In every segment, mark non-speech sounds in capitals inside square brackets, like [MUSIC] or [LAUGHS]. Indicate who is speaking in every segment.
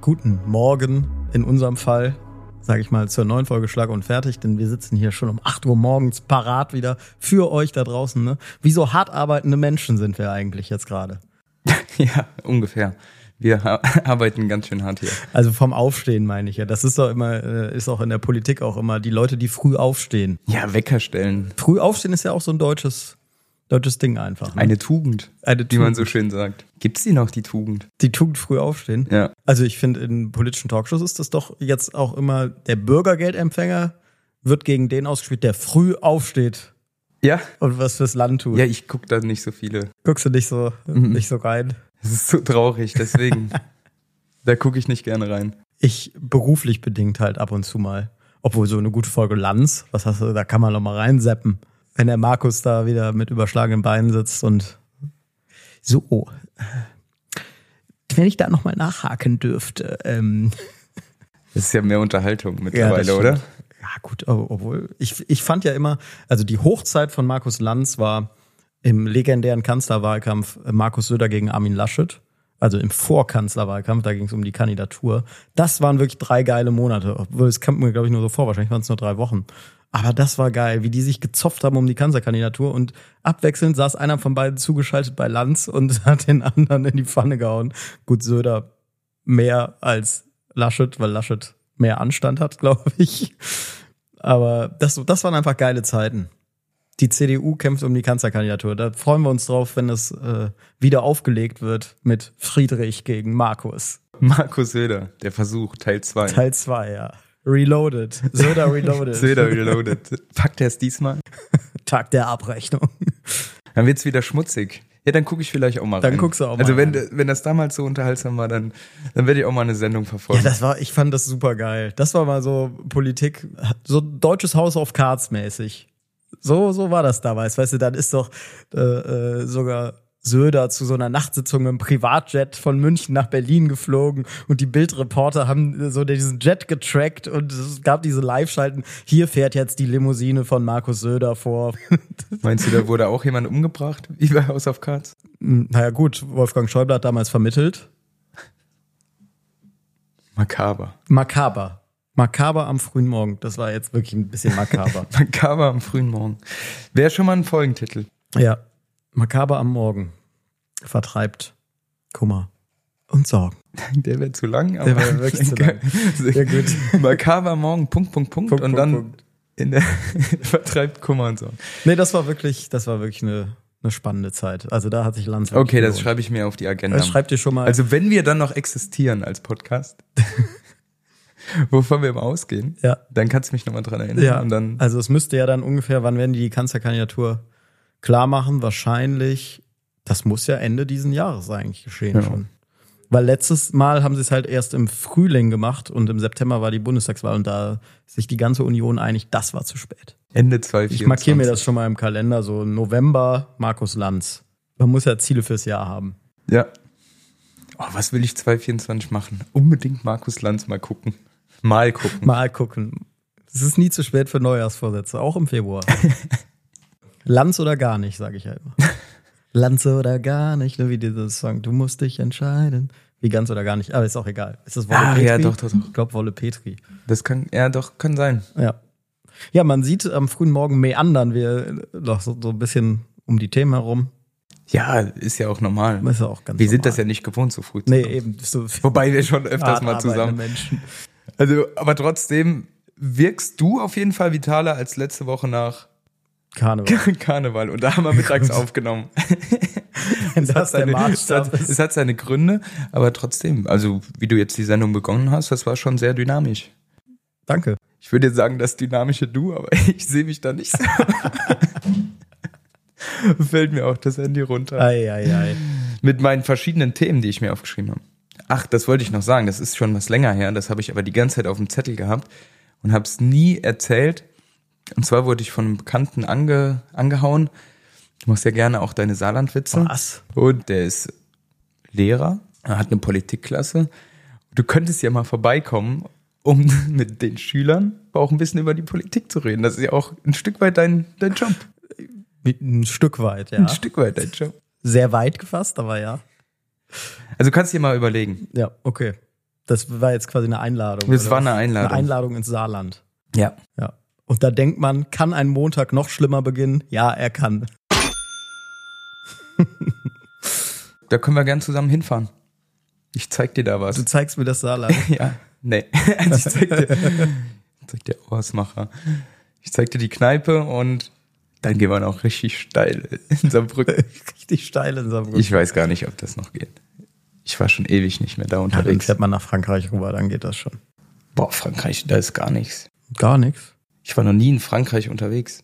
Speaker 1: guten Morgen in unserem Fall, sage ich mal, zur neuen Folge Schlag und Fertig, denn wir sitzen hier schon um 8 Uhr morgens parat wieder für euch da draußen. Ne? Wie so hart arbeitende Menschen sind wir eigentlich jetzt gerade.
Speaker 2: [LAUGHS] ja, ungefähr. Wir [LAUGHS] arbeiten ganz schön hart hier.
Speaker 1: Also vom Aufstehen meine ich ja. Das ist doch immer, äh, ist auch in der Politik auch immer die Leute, die früh aufstehen.
Speaker 2: Ja, Wecker stellen.
Speaker 1: Früh aufstehen ist ja auch so ein deutsches, deutsches Ding einfach. Ne?
Speaker 2: Eine Tugend,
Speaker 1: Eine
Speaker 2: wie man
Speaker 1: Tugend.
Speaker 2: so schön sagt. Gibt's die noch, die Tugend?
Speaker 1: Die Tugend früh aufstehen.
Speaker 2: Ja.
Speaker 1: Also ich finde, in politischen Talkshows ist das doch jetzt auch immer, der Bürgergeldempfänger wird gegen den ausgespielt, der früh aufsteht
Speaker 2: Ja?
Speaker 1: und was fürs Land tut.
Speaker 2: Ja, ich guck da nicht so viele.
Speaker 1: Guckst du nicht so, nicht so rein?
Speaker 2: Es ist so traurig,
Speaker 1: [LAUGHS]
Speaker 2: deswegen. da gucke ich nicht gerne rein.
Speaker 1: Ich beruflich bedingt halt ab und zu mal. Obwohl so eine gute Folge Lanz, was hast du, da kann man noch mal reinseppen. Wenn der Markus da wieder mit überschlagenen Beinen sitzt und so. Wenn ich da noch mal nachhaken dürfte, ähm,
Speaker 2: Es ist ja mehr Unterhaltung mittlerweile,
Speaker 1: das
Speaker 2: oder?
Speaker 1: stimmt. Ja, gut, ob- obwohl. Ich, ich fand ja immer, also die Hochzeit von Markus Lanz war im legendären Kanzlerwahlkampf äh, Markus Söder gegen Armin Laschet. Also im Vorkanzlerwahlkampf, da ging es um die Kandidatur. Das waren wirklich drei geile Monate. Obwohl, es kam mir, glaube ich, nur so vor. Wahrscheinlich waren es nur drei Wochen. Aber das war geil, wie die sich gezopft haben um die Kanzlerkandidatur. Und abwechselnd saß einer von beiden zugeschaltet bei Lanz und [LAUGHS] hat den anderen in die Pfanne gehauen. Gut, Söder mehr als Laschet, weil Laschet mehr Anstand hat, [LAUGHS] glaube ich. Aber das, das waren einfach geile Zeiten. Die CDU kämpft um die Kanzlerkandidatur. Da freuen wir uns drauf, wenn es äh, wieder aufgelegt wird mit Friedrich gegen Markus.
Speaker 2: Markus Söder, der Versuch, Teil 2.
Speaker 1: Teil 2, ja. Reloaded. Söder Reloaded. [LAUGHS]
Speaker 2: [LAUGHS] Söder Reloaded. Packt er es diesmal?
Speaker 1: Tag der Abrechnung.
Speaker 2: Dann wird's wieder schmutzig. Ja, dann gucke ich vielleicht auch mal
Speaker 1: Dann
Speaker 2: rein.
Speaker 1: guckst du auch mal
Speaker 2: Also wenn,
Speaker 1: rein.
Speaker 2: wenn das damals so unterhaltsam war, dann, dann werde ich auch mal eine Sendung
Speaker 1: Ja,
Speaker 2: verfolgen.
Speaker 1: das war, ich fand das super geil. Das war mal so Politik, so deutsches House of Cards mäßig. So, so war das damals. Weißt du, dann ist doch äh, äh, sogar Söder zu so einer Nachtsitzung im Privatjet von München nach Berlin geflogen und die Bildreporter haben so diesen Jet getrackt und es gab diese Live-Schalten. Hier fährt jetzt die Limousine von Markus Söder vor.
Speaker 2: Meinst du, da wurde auch jemand umgebracht, [LAUGHS] wie bei House of Cards?
Speaker 1: naja, Hm, gut, Wolfgang Schäuble hat damals vermittelt.
Speaker 2: Makaber.
Speaker 1: Makaber. Makaber am frühen Morgen. Das war jetzt wirklich ein bisschen makaber.
Speaker 2: Makaber am frühen Morgen. Wäre schon mal ein Folgentitel.
Speaker 1: Ja, makaber am Morgen vertreibt Kummer und Sorgen.
Speaker 2: Der wäre zu lang, aber
Speaker 1: Der wär
Speaker 2: [LAUGHS]
Speaker 1: wirklich zu lang.
Speaker 2: Sehr gut. Makaber am morgen, Punkt, Punkt, Punkt.
Speaker 1: Punkt,
Speaker 2: und
Speaker 1: Punkt,
Speaker 2: dann
Speaker 1: Punkt.
Speaker 2: In der [LAUGHS] vertreibt Kummer und so.
Speaker 1: Nee, das war wirklich, das war wirklich eine, eine spannende Zeit. Also da hat sich Lanz wirklich
Speaker 2: Okay, das
Speaker 1: gelohnt.
Speaker 2: schreibe ich mir auf die Agenda.
Speaker 1: Das schreibt ihr schon mal.
Speaker 2: also wenn wir dann noch existieren als Podcast, [LAUGHS] wovon wir immer ausgehen,
Speaker 1: ja,
Speaker 2: dann kannst du mich nochmal dran erinnern.
Speaker 1: ja.
Speaker 2: Und dann
Speaker 1: also es müsste ja dann ungefähr, wann werden die die Kanzlerkandidatur klar machen? Wahrscheinlich, das muss ja Ende diesen Jahres eigentlich geschehen
Speaker 2: Ja.
Speaker 1: schon. Weil letztes Mal haben sie es halt erst im Frühling gemacht und im September war die Bundestagswahl und da ist sich die ganze Union einig, das war zu spät.
Speaker 2: Ende 2024.
Speaker 1: Ich markiere mir das schon mal im Kalender, so November, Markus Lanz. Man muss ja Ziele fürs Jahr haben.
Speaker 2: Ja. Oh, was will ich 2024 machen? Unbedingt Markus Lanz mal gucken. Mal gucken.
Speaker 1: Mal gucken. Es ist nie zu spät für Neujahrsvorsätze, auch im [LAUGHS] Februar. Lanz oder gar nicht, sage ich ja immer. [LAUGHS] Lanz oder gar nicht, ne, wie dieses Song. Du musst dich entscheiden. Wie ganz oder gar nicht, aber ist auch egal. Ist das Wolle
Speaker 2: Ah,
Speaker 1: Petri?
Speaker 2: ja, doch, doch, doch.
Speaker 1: Ich glaube, Wolle Petri.
Speaker 2: Das kann, ja doch, kann sein.
Speaker 1: Ja. Ja, man sieht am frühen Morgen meandern wir noch so, so ein bisschen um die Themen herum.
Speaker 2: Ja, ist ja auch normal.
Speaker 1: Ist ja auch ganz
Speaker 2: Wir sind das ja
Speaker 1: normal.
Speaker 2: nicht gewohnt, so früh zu
Speaker 1: Nee,
Speaker 2: kommen.
Speaker 1: eben. [LAUGHS] So
Speaker 2: Wobei wir schon öfters
Speaker 1: hart
Speaker 2: mal
Speaker 1: arbeitende
Speaker 2: zusammen.
Speaker 1: Menschen.
Speaker 2: Also, aber trotzdem wirkst du auf jeden Fall vitaler als letzte Woche nach [LAUGHS]
Speaker 1: Karneval.
Speaker 2: Karneval. Und da haben
Speaker 1: [LAUGHS]
Speaker 2: wir mittags aufgenommen.
Speaker 1: Wenn das der
Speaker 2: es, hat,
Speaker 1: Maßstab ist.
Speaker 2: es hat seine Gründe, aber trotzdem, also wie du jetzt die Sendung begonnen hast, das war schon sehr dynamisch.
Speaker 1: Danke.
Speaker 2: Ich würde jetzt sagen, das dynamische Du, aber [LAUGHS] ich sehe mich da nicht so. Fällt mir auch das Handy runter.
Speaker 1: Ei, ei, ei.
Speaker 2: Mit meinen verschiedenen Themen, die ich mir aufgeschrieben habe. Ach, das wollte ich noch sagen, das ist schon was länger her, das habe ich aber die ganze Zeit auf dem Zettel gehabt und habe es nie erzählt. Und zwar wurde ich von einem Bekannten ange, angehauen. Du machst ja gerne auch deine Saarlandwitze.
Speaker 1: Was?
Speaker 2: Und der ist Lehrer, er hat eine Politikklasse. Du könntest ja mal vorbeikommen, um [LAUGHS] mit den Schülern auch ein bisschen über die Politik zu reden. Das ist ja auch ein Stück weit dein, dein Job.
Speaker 1: Ein Stück weit, ja.
Speaker 2: Ein Stück weit dein Job.
Speaker 1: Sehr weit gefasst, aber ja.
Speaker 2: Also kannst du dir mal überlegen.
Speaker 1: Ja, okay. Das war jetzt quasi eine Einladung.
Speaker 2: Das
Speaker 1: oder
Speaker 2: war eine
Speaker 1: was?
Speaker 2: Einladung.
Speaker 1: Eine Einladung ins Saarland.
Speaker 2: Ja.
Speaker 1: Ja. Und da denkt man, kann ein Montag noch schlimmer beginnen? Ja, er kann.
Speaker 2: Da können wir gern zusammen hinfahren. Ich zeig dir da was. [LAUGHS]
Speaker 1: Du zeigst mir das Saarland. [LAUGHS]
Speaker 2: Ja. Nee. [LAUGHS] Also ich zeig dir, ich zeig dir Ausmacher. Ich zeig dir die Kneipe und dann gehen wir noch richtig steil in Saarbrücken.
Speaker 1: Richtig steil in Saarbrücken.
Speaker 2: Ich weiß gar nicht, ob das noch geht. Ich war schon ewig nicht mehr da
Speaker 1: ja, dann
Speaker 2: unterwegs.
Speaker 1: fährt man nach Frankreich rüber, dann geht das schon.
Speaker 2: Boah, Frankreich, da ist gar nichts.
Speaker 1: Gar nichts.
Speaker 2: Ich war noch nie in Frankreich unterwegs.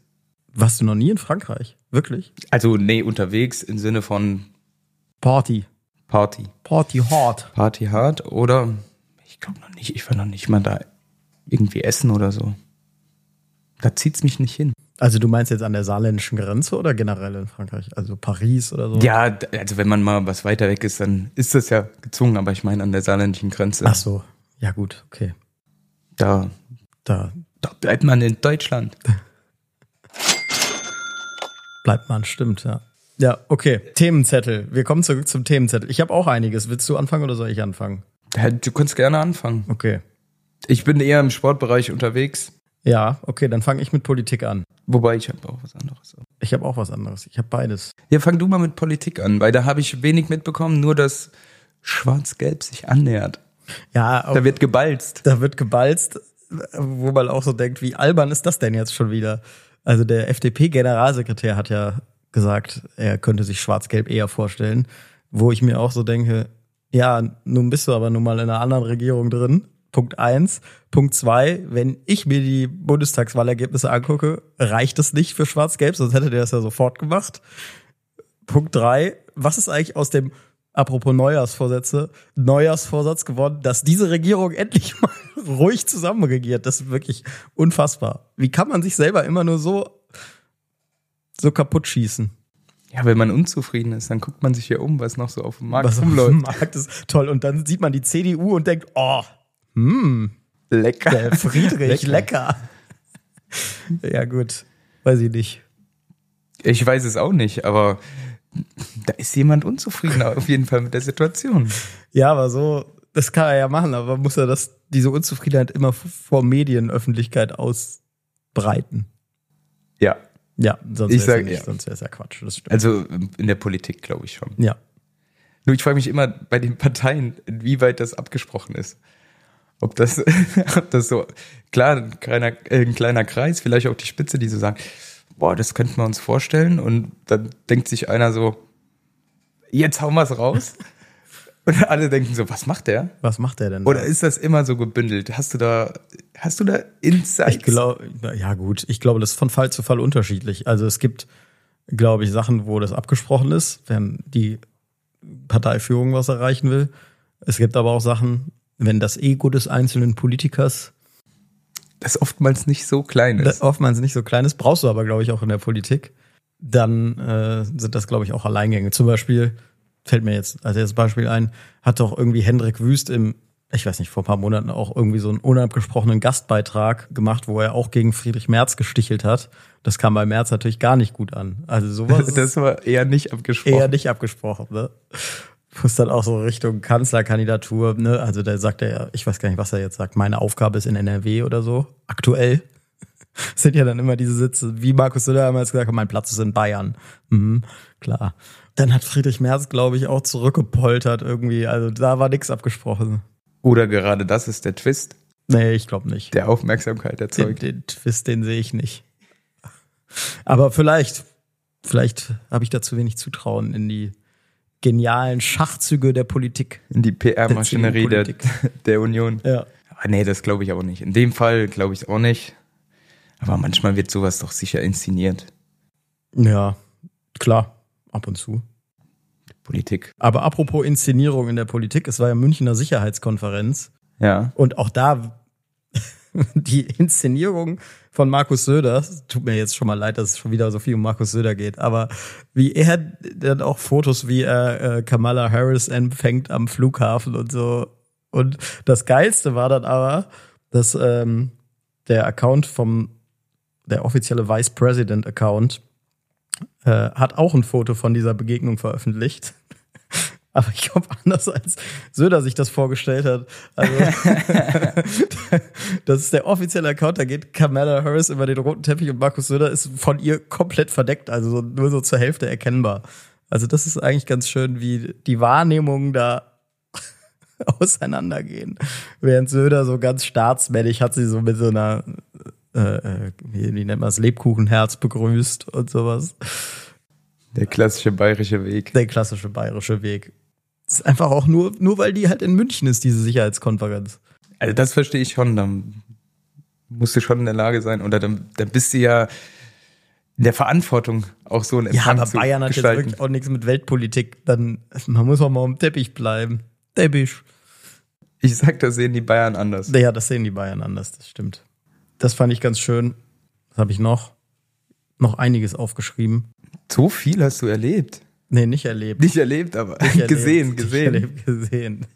Speaker 1: Warst du noch nie in Frankreich? Wirklich?
Speaker 2: Also, nee, unterwegs im Sinne von
Speaker 1: Party.
Speaker 2: Party.
Speaker 1: Party hard.
Speaker 2: Party hard oder ich glaube noch nicht, ich war noch nicht mal da irgendwie essen oder so. Da zieht's mich nicht hin.
Speaker 1: Also du meinst jetzt an der saarländischen Grenze oder generell in Frankreich? Also Paris oder so?
Speaker 2: Ja, d- also wenn man mal was weiter weg ist, dann ist das ja gezwungen, aber ich meine an der saarländischen Grenze.
Speaker 1: Ach so. Ja gut, okay.
Speaker 2: Da,
Speaker 1: Da
Speaker 2: da bleibt man in Deutschland.
Speaker 1: bleibt man, stimmt, ja. Ja, okay. Themenzettel. Wir kommen zurück zum Themenzettel. Ich habe auch einiges. Willst du anfangen oder soll ich anfangen?
Speaker 2: Ja, Du kannst gerne anfangen.
Speaker 1: Okay.
Speaker 2: Ich bin eher im Sportbereich unterwegs,
Speaker 1: Ja, okay, dann fange ich mit Politik an.
Speaker 2: wobei ich habe auch was anderes.
Speaker 1: Ich habe auch was anderes. Ich habe beides.
Speaker 2: Ja, fang du mal mit Politik an, weil da habe ich wenig mitbekommen, nur dass Schwarz-Gelb sich annähert.
Speaker 1: Ja,
Speaker 2: Da wird gebalzt.
Speaker 1: [LAUGHS] da wird gebalzt, wo man auch so denkt, wie albern ist das denn jetzt schon wieder? Also der FDP-Generalsekretär hat ja gesagt, er könnte sich Schwarz-Gelb eher vorstellen, wo ich mir auch so denke, ja, nun bist du aber nun mal in einer anderen Regierung drin. Punkt eins. Punkt zwei, wenn ich mir die Bundestagswahlergebnisse angucke, reicht es nicht für Schwarz-Gelb, sonst hätte der das ja sofort gemacht. Punkt drei: Was ist eigentlich aus dem, apropos Neujahrsvorsätze, Neujahrsvorsatz geworden, dass diese Regierung [LAUGHS] endlich mal ruhig zusammenregiert? Das ist wirklich unfassbar. Wie kann man sich selber immer nur so, so kaputt schießen?
Speaker 2: Ja, wenn man unzufrieden ist, dann guckt man sich hier um, was noch so auf dem Markt
Speaker 1: Was auf dem
Speaker 2: rumläuft.
Speaker 1: Markt ist toll. Und dann sieht man die CDU und denkt, oh,
Speaker 2: Lecker.
Speaker 1: der Friedrich, lecker. ja, gut. Weiß ich nicht.
Speaker 2: Ich weiß es auch nicht, aber da ist jemand unzufrieden auf jeden Fall mit der Situation.
Speaker 1: Ja, aber so, das kann er ja machen, aber muss er das, diese Unzufriedenheit immer vor Medienöffentlichkeit ausbreiten?
Speaker 2: Ja,
Speaker 1: Ja, sonst
Speaker 2: Ich
Speaker 1: wär's ja,
Speaker 2: sag,
Speaker 1: nicht,
Speaker 2: ja.
Speaker 1: sonst wär's ja Quatsch. Das stimmt.
Speaker 2: also in der Politik glaube ich schon.
Speaker 1: ja.
Speaker 2: Nur ich frage mich immer bei den Parteien, inwieweit das abgesprochen ist. Ob das, [LAUGHS] ob das so, klar, ein kleiner, äh, ein kleiner Kreis, vielleicht auch die Spitze, die so sagen, boah, das könnten wir uns vorstellen. Und dann denkt sich einer so, jetzt hauen wir es raus. [LAUGHS] Und alle denken so, was macht der?
Speaker 1: Was macht er denn? da?
Speaker 2: Oder ist das immer so gebündelt? Hast du da, hast du da Insights?
Speaker 1: ich glaube, ja gut, ich glaube, das ist von Fall zu Fall unterschiedlich. Also es gibt, glaube ich, Sachen, wo das abgesprochen ist, wenn die Parteiführung was erreichen will. Es gibt aber auch Sachen, wenn das Ego des einzelnen Politikers
Speaker 2: das oftmals nicht so klein ist.
Speaker 1: da- oftmals nicht so klein ist, brauchst du aber, glaube ich, auch in der Politik, dann äh, sind das, glaube ich, auch Alleingänge. Zum Beispiel, fällt mir jetzt als erstes Beispiel ein, hat doch irgendwie Hendrik Wüst im, ich weiß nicht, vor ein paar Monaten auch irgendwie so einen unabgesprochenen Gastbeitrag gemacht, wo er auch gegen Friedrich Merz gestichelt hat. Das kam bei Merz natürlich gar nicht gut an. Also sowas ist
Speaker 2: [LAUGHS] das war eher nicht abgesprochen.
Speaker 1: eher nicht abgesprochen, ne? Muss dann auch so Richtung Kanzlerkandidatur, ne? Also da sagt er ja, ich weiß gar nicht, was er jetzt sagt, meine Aufgabe ist in NRW oder so, aktuell. [LAUGHS] Es sind ja dann immer diese Sitze, wie Markus Söder damals gesagt hat, mein Platz ist in Bayern. Mhm, klar. Dann hat Friedrich Merz, glaube ich, auch zurückgepoltert irgendwie. Also da war nichts abgesprochen.
Speaker 2: Oder gerade das ist der Twist,
Speaker 1: Nee, ich glaube nicht.
Speaker 2: der Aufmerksamkeit
Speaker 1: Den,
Speaker 2: erzeugt.
Speaker 1: den Twist, den sehe ich nicht. Aber vielleicht, vielleicht habe ich da zu wenig Zutrauen in die genialen Schachzüge der Politik.
Speaker 2: In die PR-Maschinerie der, [LAUGHS] der,
Speaker 1: Politik.
Speaker 2: Union.
Speaker 1: Ja.
Speaker 2: Aber nee, das glaube ich auch nicht. In dem Fall glaube ich auch nicht. Aber manchmal wird sowas doch sicher inszeniert.
Speaker 1: Ja, klar, ab und zu.
Speaker 2: Politik.
Speaker 1: Aber apropos Inszenierung in der Politik, es war ja Münchner Sicherheitskonferenz
Speaker 2: Ja.
Speaker 1: und auch da [LAUGHS] die Inszenierung von Markus Söder, es tut mir jetzt schon mal leid, dass es schon wieder so viel um Markus Söder geht, aber wie er dann auch Fotos, wie er äh, Kamala Harris empfängt am Flughafen und so. Und das Geilste war dann aber, dass ähm, der Account vom, der offizielle Vice President Account, äh, hat auch ein Foto von dieser Begegnung veröffentlicht. [LAUGHS] Aber ich glaube, anders als Söder sich das vorgestellt hat. Also, das ist der offizielle Account, da geht Kamala Harris über den roten Teppich und Markus Söder ist von ihr komplett verdeckt, also nur so zur Hälfte erkennbar. Also das ist eigentlich ganz schön, wie die Wahrnehmungen da [LAUGHS] auseinandergehen. Während Söder so ganz staatsmännisch hat sie so mit so einer, äh, äh, wie, wie nennt man es, Lebkuchenherz begrüßt und sowas.
Speaker 2: Der klassische bayerische Weg.
Speaker 1: Der klassische bayerische Weg. Das ist einfach auch nur, nur weil die halt in München ist, diese Sicherheitskonferenz.
Speaker 2: Also das verstehe ich schon, dann musst du schon in der Lage sein oder dann, dann bist du ja in der Verantwortung auch so ein
Speaker 1: Ja,
Speaker 2: Empfang
Speaker 1: aber
Speaker 2: zu
Speaker 1: Bayern hat jetzt
Speaker 2: gestalten.
Speaker 1: wirklich auch nichts mit Weltpolitik. Dann, man muss auch mal im Teppich bleiben. Teppich.
Speaker 2: Ich sag, da sehen die Bayern anders.
Speaker 1: Ja, das sehen die Bayern anders, das stimmt. Das fand ich ganz schön. Das habe ich noch. Noch einiges aufgeschrieben.
Speaker 2: So viel hast du erlebt.
Speaker 1: Nee, nicht erlebt.
Speaker 2: Nicht erlebt, aber gesehen,
Speaker 1: erlebt,
Speaker 2: gesehen.
Speaker 1: Nicht erlebt, gesehen.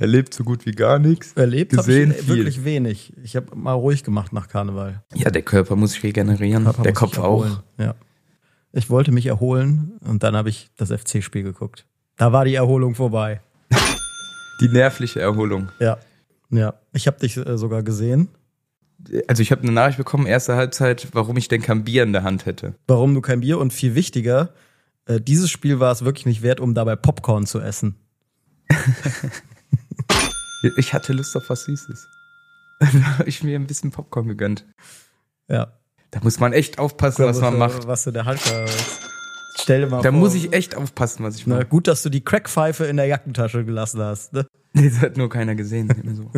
Speaker 2: Erlebt so gut wie gar nichts.
Speaker 1: Erlebt hab
Speaker 2: Gesehen
Speaker 1: ich
Speaker 2: viel.
Speaker 1: wirklich wenig. Ich habe mal ruhig gemacht nach Karneval.
Speaker 2: Ja, der Körper muss sich regenerieren,
Speaker 1: Papa
Speaker 2: der
Speaker 1: muss
Speaker 2: Kopf
Speaker 1: sich
Speaker 2: auch.
Speaker 1: erholen. Ja. Ich wollte mich erholen und dann habe ich das FC-Spiel geguckt. Da war die Erholung vorbei.
Speaker 2: Die nervliche Erholung.
Speaker 1: Ja. Ja. Ich habe dich äh, sogar gesehen,
Speaker 2: Also ich habe eine Nachricht bekommen, erste Halbzeit, warum ich denn kein Bier in der Hand hätte.
Speaker 1: warum du kein Bier und viel wichtiger, äh, dieses Spiel war es wirklich nicht wert, um dabei Popcorn zu essen.
Speaker 2: Ich hatte Lust auf was Süßes. [LAUGHS] Dann habe ich mir ein bisschen Popcorn gegönnt.
Speaker 1: Ja.
Speaker 2: Da muss man echt aufpassen, was man macht.
Speaker 1: Was du der Halter ist. Stell dir mal
Speaker 2: Da
Speaker 1: vor.
Speaker 2: muss ich echt aufpassen, was ich
Speaker 1: Na,
Speaker 2: mache. [LAUGHS]
Speaker 1: gut, dass du die Crackpfeife in der Jackentasche gelassen hast. Ne?
Speaker 2: Das hat nur keiner gesehen. Immer so.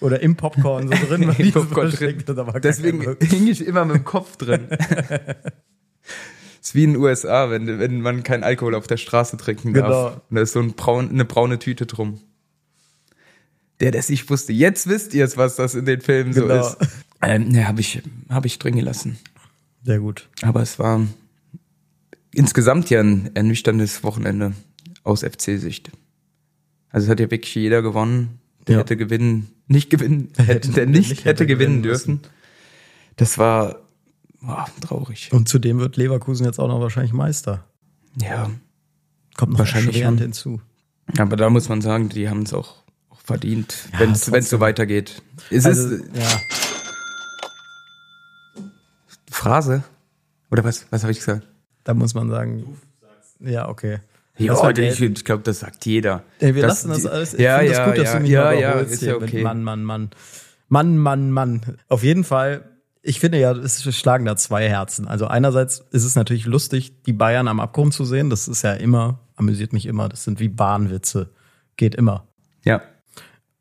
Speaker 1: Oder im Popcorn so
Speaker 2: [LAUGHS]
Speaker 1: drin, weil
Speaker 2: Im
Speaker 1: die
Speaker 2: Popcorn
Speaker 1: versteckt ist, aber gar kein
Speaker 2: Oh Deswegen
Speaker 1: Problem.
Speaker 2: hing ich immer mit dem
Speaker 1: [LAUGHS]
Speaker 2: Kopf drin. ist wie in den USA, wenn, wenn man keinen Alkohol auf der Straße trinken darf.
Speaker 1: Genau.
Speaker 2: Und da ist so ein braun, eine braune Tüte drum. Der, der ich wusste, jetzt wisst ihr es, was das in den Filmen
Speaker 1: Genau.
Speaker 2: so ist. Ähm, ne, habe ich, hab ich drin gelassen.
Speaker 1: Sehr gut.
Speaker 2: Aber es war insgesamt ja ein ernüchterndes Wochenende aus FC-Sicht. Also es hat ja wirklich jeder gewonnen, der
Speaker 1: Ja.
Speaker 2: hätte gewinnen, nicht gewinnen,
Speaker 1: [LAUGHS]
Speaker 2: hätte, [LAUGHS] der nicht, hätte, gewinnen dürfen. Das war boah, traurig.
Speaker 1: Und zudem wird Leverkusen jetzt auch noch wahrscheinlich Meister.
Speaker 2: Ja,
Speaker 1: Kommt noch
Speaker 2: Wahrscheinlich
Speaker 1: erschwerend
Speaker 2: schon.
Speaker 1: hinzu.
Speaker 2: aber da muss man sagen, die haben es auch, auch verdient,
Speaker 1: Ja,
Speaker 2: wenn es
Speaker 1: trotzdem.
Speaker 2: so weitergeht. Ist
Speaker 1: Also,
Speaker 2: es
Speaker 1: ja,
Speaker 2: Phrase? Oder was, was habe ich gesagt?
Speaker 1: da muss man sagen. Ja, okay.
Speaker 2: Ja,
Speaker 1: Das war der-
Speaker 2: ich, ich glaube, das sagt jeder.
Speaker 1: Ey, wir
Speaker 2: Dass
Speaker 1: lassen das
Speaker 2: die-
Speaker 1: alles. Ich
Speaker 2: ja,
Speaker 1: finde
Speaker 2: ja,
Speaker 1: das gut, dass
Speaker 2: ja,
Speaker 1: du mich
Speaker 2: ja,
Speaker 1: mal
Speaker 2: ja,
Speaker 1: überholst
Speaker 2: ist
Speaker 1: hier
Speaker 2: ja
Speaker 1: mit
Speaker 2: okay.
Speaker 1: Mann, Mann, Mann. Mann, Mann, Mann. Auf jeden Fall, ich finde ja, es schlagen da zwei Herzen. Also einerseits ist es natürlich lustig, die Bayern am Abgrund zu sehen. Das ist ja immer, amüsiert mich immer. Das sind wie Bahnwitze. Geht immer.
Speaker 2: Ja,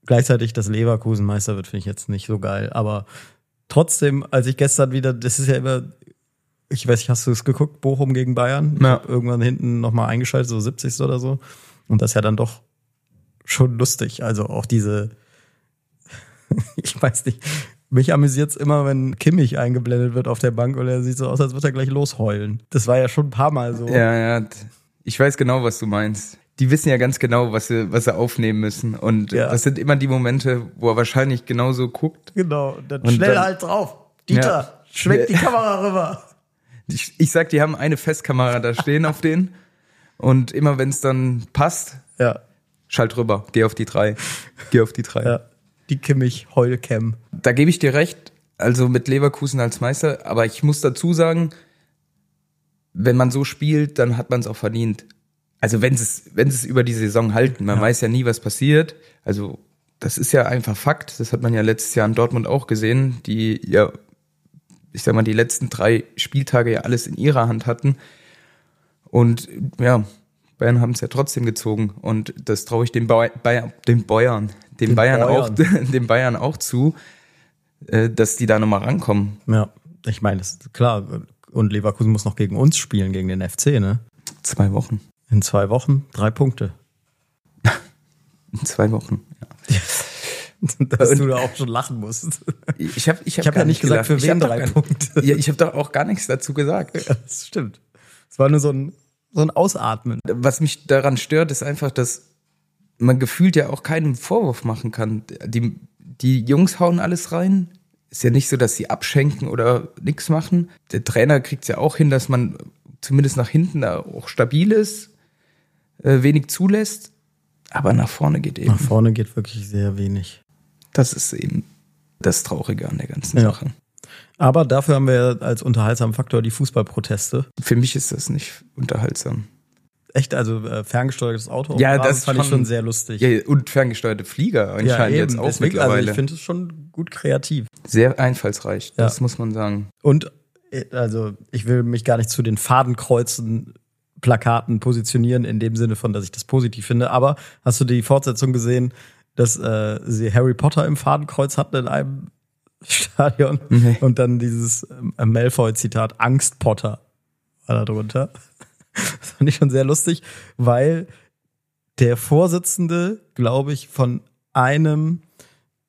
Speaker 1: Gleichzeitig, dass Leverkusen Meister wird, finde ich jetzt nicht so geil. Aber trotzdem, als ich gestern wieder, das ist ja immer, ich weiß nicht, hast du es geguckt, Bochum gegen Bayern? Ich
Speaker 2: Ja.
Speaker 1: hab irgendwann hinten nochmal eingeschaltet, so 70. oder so. Und das ist ja dann doch schon lustig. Also auch diese, [LAUGHS] ich weiß nicht, mich amüsiert's immer, wenn Kimmich eingeblendet wird auf der Bank und er sieht so aus, als würde er gleich losheulen. Das war ja schon ein paar Mal so.
Speaker 2: Ja, ja. d- Ich weiß genau, was du meinst. Die wissen ja ganz genau, was sie, was sie aufnehmen müssen. Und
Speaker 1: Ja.
Speaker 2: das sind immer die Momente, wo er wahrscheinlich genauso guckt.
Speaker 1: Genau, und dann
Speaker 2: Und
Speaker 1: schnell
Speaker 2: dann-
Speaker 1: halt drauf. Dieter,
Speaker 2: Ja.
Speaker 1: schwenkt die Kamera rüber.
Speaker 2: Ich, ich sag, die haben eine Festkamera da stehen auf den. Und immer wenn es dann passt,
Speaker 1: Ja.
Speaker 2: schalt rüber. Geh auf die drei. Geh auf die drei.
Speaker 1: Ja, die Kimmich-Heulcam.
Speaker 2: Da gebe ich dir recht. Also mit Leverkusen als Meister. Aber ich muss dazu sagen, wenn man so spielt, dann hat man es auch verdient. Also wenn sie es, wenn sie es über die Saison halten, man weiß ja nie, was passiert. Also das ist ja einfach Fakt. Das hat man ja letztes Jahr in Dortmund auch gesehen, die ja, ich sag mal, die letzten drei Spieltage ja alles in ihrer Hand hatten. Und ja, Bayern haben es ja trotzdem gezogen. Und das traue ich den, Bau- Bayer, den Bayern, den,
Speaker 1: Den
Speaker 2: Bayern, auch,
Speaker 1: Bayern.
Speaker 2: [LAUGHS] den Bayern auch zu, äh, dass die da nochmal rankommen.
Speaker 1: Ja, ich meine, das ist klar. Und Leverkusen muss noch gegen uns spielen, gegen den FC, ne?
Speaker 2: Zwei Wochen.
Speaker 1: In zwei Wochen drei
Speaker 2: [LAUGHS]
Speaker 1: Punkte.
Speaker 2: In zwei Wochen. Ja.
Speaker 1: Dass du da auch schon lachen musst.
Speaker 2: Ich habe
Speaker 1: Ich
Speaker 2: ich hab
Speaker 1: habe
Speaker 2: gar
Speaker 1: ja nicht gesagt,
Speaker 2: gelacht.
Speaker 1: für
Speaker 2: Ich hab
Speaker 1: wen
Speaker 2: doch
Speaker 1: drei
Speaker 2: gar-
Speaker 1: Punkte.
Speaker 2: Ja, ich habe doch auch gar nichts dazu gesagt.
Speaker 1: Ja, [LAUGHS] das stimmt. Es war nur so ein, so ein Ausatmen.
Speaker 2: Was mich daran stört, ist einfach, dass man gefühlt ja auch keinen Vorwurf machen kann. Die, die Jungs hauen alles rein. Ist ja nicht so, dass sie abschenken oder nichts machen. Der Trainer kriegt es ja auch hin, dass man zumindest nach hinten da auch stabil ist. äh, wenig zulässt, aber nach vorne geht eben.
Speaker 1: Nach vorne geht wirklich sehr wenig.
Speaker 2: Das ist eben das Traurige an der ganzen
Speaker 1: Ja.
Speaker 2: Sache.
Speaker 1: Aber dafür haben wir als unterhaltsamen Faktor die Fußballproteste.
Speaker 2: Für mich ist das nicht unterhaltsam.
Speaker 1: Echt, also äh, ferngesteuertes Auto.
Speaker 2: Ja,
Speaker 1: umgraben,
Speaker 2: das
Speaker 1: fand ich
Speaker 2: schon-
Speaker 1: schon sehr lustig.
Speaker 2: Ja, und ferngesteuerte Flieger anscheinend jetzt auch
Speaker 1: Deswegen,
Speaker 2: mittlerweile.
Speaker 1: Also ich finde es schon gut kreativ.
Speaker 2: Sehr einfallsreich,
Speaker 1: Ja.
Speaker 2: das muss man sagen.
Speaker 1: Und äh, also ich will mich gar nicht zu den Fadenkreuzen Plakaten positionieren, in dem Sinne von, dass ich das positiv finde. Aber hast du die Fortsetzung gesehen, dass äh, sie Harry Potter im Fadenkreuz hatten in einem [LAUGHS] Stadion
Speaker 2: Nee.
Speaker 1: und dann dieses äh, Malfoy-Zitat Angst Potter war da drunter. [LAUGHS] Das fand ich schon sehr lustig, weil der Vorsitzende, glaube ich, von einem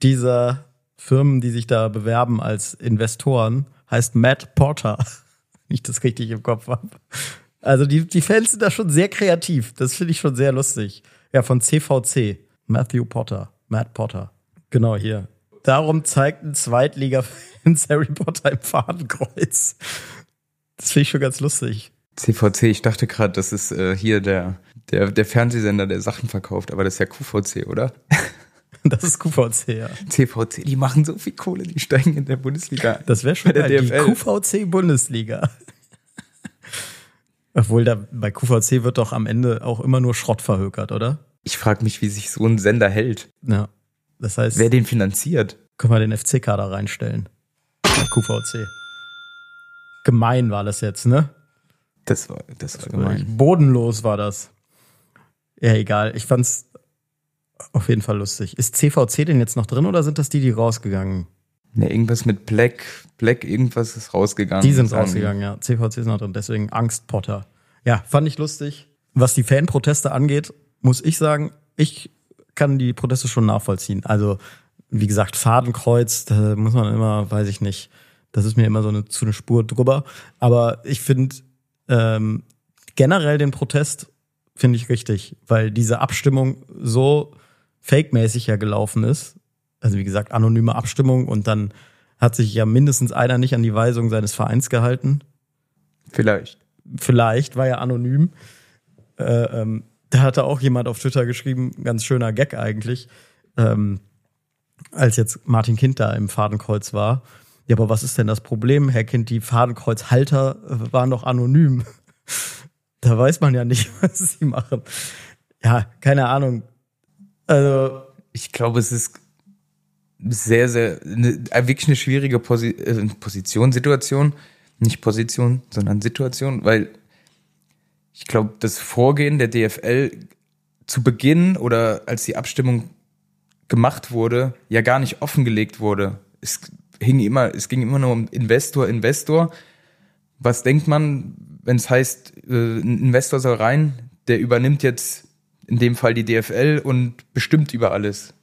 Speaker 1: dieser Firmen, die sich da bewerben als Investoren, heißt Matt Porter. [LAUGHS] Wenn ich das richtig im Kopf habe. Also die, die Fans sind da schon sehr kreativ. Das finde ich schon sehr lustig. Ja, von CVC. Matthew Potter. Matt Potter. Genau hier. Darum zeigten Zweitliga-Fans [LAUGHS] Harry Potter im Fadenkreuz. Das finde ich schon ganz lustig.
Speaker 2: CVC, ich dachte gerade, das ist äh, hier der, der, der Fernsehsender, der Sachen verkauft, aber das ist ja QVC, oder?
Speaker 1: Das ist QVC, ja.
Speaker 2: CVC, die machen so viel Kohle, die steigen in der Bundesliga. ein.
Speaker 1: Das wäre schon
Speaker 2: Bei
Speaker 1: geil.
Speaker 2: der
Speaker 1: Die
Speaker 2: DFL.
Speaker 1: QVC-Bundesliga. Obwohl, da, bei QVC wird doch am Ende auch immer nur Schrott verhökert, oder?
Speaker 2: Ich frage mich, wie sich so ein Sender hält.
Speaker 1: Ja. Das heißt,
Speaker 2: Wer den finanziert?
Speaker 1: können wir den FC-Kader reinstellen. QVC. Gemein war das jetzt, ne?
Speaker 2: Das war, das war gemein.
Speaker 1: Bodenlos war das. Ja, egal. Ich fand's auf jeden Fall lustig. Ist CVC denn jetzt noch drin oder sind das die, die rausgegangen?
Speaker 2: Ne, irgendwas mit Black, Black, irgendwas ist rausgegangen.
Speaker 1: Die sind
Speaker 2: Sagen-
Speaker 1: rausgegangen, ja. CVC ist noch drin, deswegen Angst Potter. Ja, fand ich lustig. Was die Fanproteste angeht, muss ich sagen, ich kann die Proteste schon nachvollziehen. Also, wie gesagt, Fadenkreuz, da muss man immer, weiß ich nicht, das ist mir immer so eine, zu eine Spur drüber. Aber ich finde ähm, generell den Protest, finde ich richtig, weil diese Abstimmung so fake-mäßig ja gelaufen ist. Also wie gesagt, anonyme Abstimmung und dann hat sich ja mindestens einer nicht an die Weisung seines Vereins gehalten.
Speaker 2: Vielleicht.
Speaker 1: Vielleicht, war ja anonym. Äh, ähm, da hatte auch jemand auf Twitter geschrieben, ganz schöner Gag eigentlich, ähm, als jetzt Martin Kind da im Fadenkreuz war. Ja, aber was ist denn das Problem, Herr Kind? Die Fadenkreuzhalter äh, waren doch anonym. [LAUGHS] Da weiß man ja nicht, [LAUGHS] was sie machen. Ja, keine Ahnung. Also,
Speaker 2: Ich glaube, es ist sehr, sehr, ne, wirklich eine schwierige Posi äh, Position, Situation. Nicht Position, sondern Situation, weil ich glaube, das Vorgehen der DFL zu Beginn oder als die Abstimmung gemacht wurde, ja gar nicht offengelegt wurde. Es hing immer, es ging immer nur um Investor, Investor. Was denkt man, wenn es heißt, äh, ein Investor soll rein, der übernimmt jetzt in dem Fall die DFL und bestimmt über alles?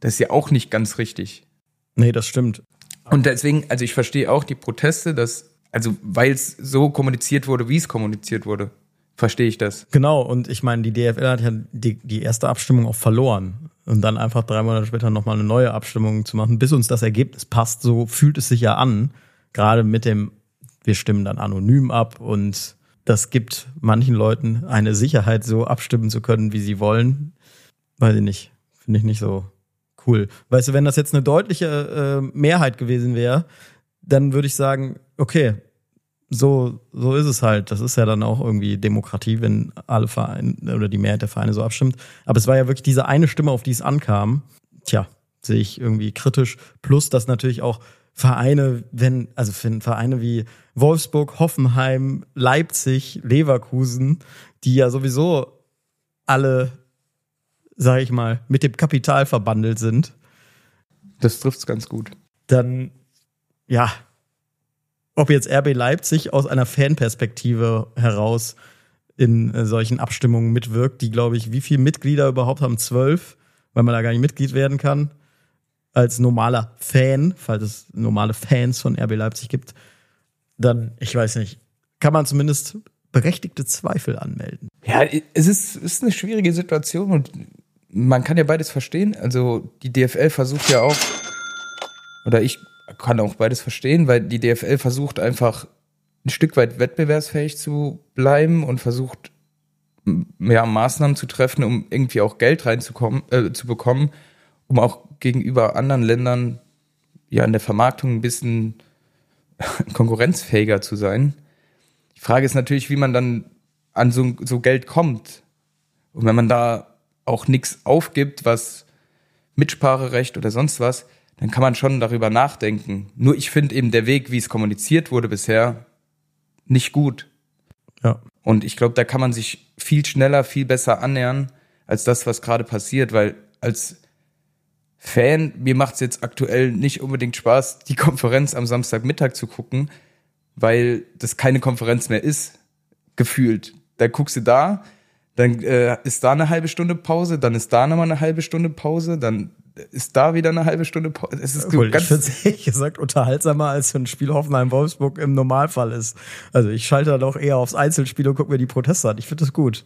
Speaker 2: Das ist ja auch nicht ganz richtig.
Speaker 1: nee, das stimmt.
Speaker 2: Und deswegen, also ich verstehe auch die Proteste, dass, also weil es so kommuniziert wurde, wie es kommuniziert wurde, verstehe ich das.
Speaker 1: Genau, und ich meine, die DFL hat ja die, die erste Abstimmung auch verloren. Und dann einfach drei Monate später nochmal eine neue Abstimmung zu machen, bis uns das Ergebnis passt, so fühlt es sich ja an. Gerade mit dem, wir stimmen dann anonym ab und das gibt manchen Leuten eine Sicherheit, so abstimmen zu können, wie sie wollen. Weiß ich nicht. Finde ich nicht so cool. Weißt du, wenn das jetzt eine deutliche äh, Mehrheit gewesen wäre, dann würde ich sagen, okay, so, so ist es halt. Das ist ja dann auch irgendwie Demokratie, wenn alle Vereine oder die Mehrheit der Vereine so abstimmt. Aber es war ja wirklich diese eine Stimme, auf die es ankam. Tja, sehe ich irgendwie kritisch. Plus, dass natürlich auch Vereine, wenn, also wenn Vereine wie Wolfsburg, Hoffenheim, Leipzig, Leverkusen, die ja sowieso alle, sage ich mal, mit dem Kapital verbandelt sind,
Speaker 2: Das trifft es ganz gut.
Speaker 1: dann ja, ob jetzt RB Leipzig aus einer Fanperspektive heraus in äh, solchen Abstimmungen mitwirkt, die glaube ich, wie viele Mitglieder überhaupt haben? Zwölf, weil man da gar nicht Mitglied werden kann. Als normaler Fan, falls es normale Fans von RB Leipzig gibt, dann, ich weiß nicht, kann man zumindest berechtigte Zweifel anmelden.
Speaker 2: Ja, es ist, ist eine schwierige Situation und man kann ja beides verstehen. Also die DFL versucht ja auch, oder ich kann auch beides verstehen, weil die DFL versucht einfach ein Stück weit wettbewerbsfähig zu bleiben und versucht ja, Maßnahmen zu treffen, um irgendwie auch Geld reinzukommen, äh, zu bekommen, um auch gegenüber anderen Ländern ja in der Vermarktung ein bisschen [LAUGHS] konkurrenzfähiger zu sein. Die Frage ist natürlich, wie man dann an so, so Geld kommt. Und wenn man da auch nichts aufgibt, was Mitspracherecht oder sonst was, dann kann man schon darüber nachdenken. Nur ich finde eben der Weg, wie es kommuniziert wurde bisher, nicht gut.
Speaker 1: Ja.
Speaker 2: Und ich glaube, da kann man sich viel schneller, viel besser annähern als das, was gerade passiert, weil als Fan, mir macht es jetzt aktuell nicht unbedingt Spaß, die [LAUGHS] Konferenz am Samstagmittag zu gucken, weil das keine Konferenz mehr ist, gefühlt. Da guckst du da, dann äh, ist da eine halbe Stunde Pause, dann ist da nochmal eine halbe Stunde Pause, dann äh, ist da wieder eine halbe Stunde Pause. Es ist
Speaker 1: Obwohl, ganz ich finde [LAUGHS] ehrlich gesagt unterhaltsamer, als so ein Spiel Hoffenheim-Wolfsburg im Normalfall ist. Also ich schalte da doch eher aufs Einzelspiel und gucke mir die Proteste an. Ich finde das gut.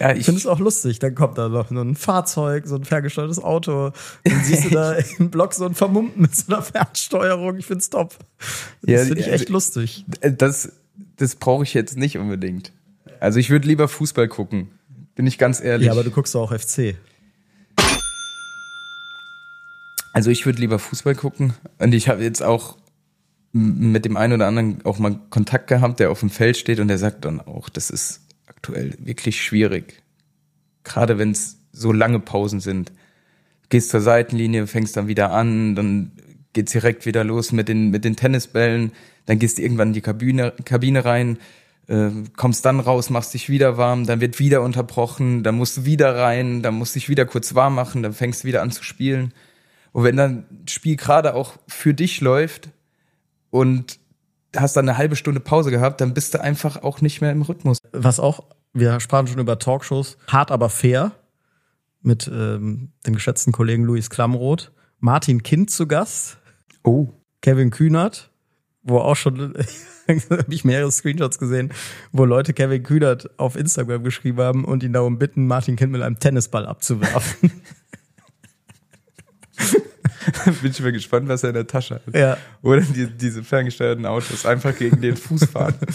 Speaker 2: Ja,
Speaker 1: Ich finde es auch lustig. Dann kommt da noch ein Fahrzeug, so ein ferngesteuertes Auto. Dann siehst du [LAUGHS] da im Block so einen Vermummten mit so einer Fernsteuerung. Ich finde es top. Das
Speaker 2: Ja,
Speaker 1: finde ich
Speaker 2: also-
Speaker 1: echt lustig.
Speaker 2: das, das brauche ich jetzt nicht unbedingt. Also ich würde lieber Fußball gucken, bin ich ganz ehrlich.
Speaker 1: Ja, aber du guckst auch FC.
Speaker 2: also ich würde lieber Fußball gucken und ich habe jetzt auch m- mit dem einen oder anderen auch mal Kontakt gehabt, der auf dem Feld steht und der sagt dann auch, das ist aktuell wirklich schwierig. Gerade wenn es so lange Pausen sind. Gehst zur Seitenlinie, fängst dann wieder an, dann geht's direkt wieder los mit den, mit den Tennisbällen, dann gehst du irgendwann in die Kabine, Kabine rein, äh, kommst dann raus, machst dich wieder warm, dann wird wieder unterbrochen, dann musst du wieder rein, dann musst du dich wieder kurz warm machen, dann fängst du wieder an zu spielen. Und wenn dann das Spiel gerade auch für dich läuft und hast dann eine halbe Stunde Pause gehabt, dann bist du einfach auch nicht mehr im Rhythmus.
Speaker 1: Was auch, wir sprachen schon über Talkshows, hart aber fair, mit ähm, dem geschätzten Kollegen Luis Klamroth. Martin Kind zu Gast.
Speaker 2: Oh.
Speaker 1: Kevin Kühnert, wo auch schon [LAUGHS] habe ich mehrere Screenshots gesehen, wo Leute Kevin Kühnert auf Instagram geschrieben haben und ihn darum bitten, Martin Kind mit einem Tennisball abzuwerfen.
Speaker 2: [LAUGHS] Bin ich mal gespannt, was er in der Tasche hat.
Speaker 1: Ja.
Speaker 2: Oder die, diese ferngesteuerten Autos einfach gegen den Fuß fahren. [LAUGHS]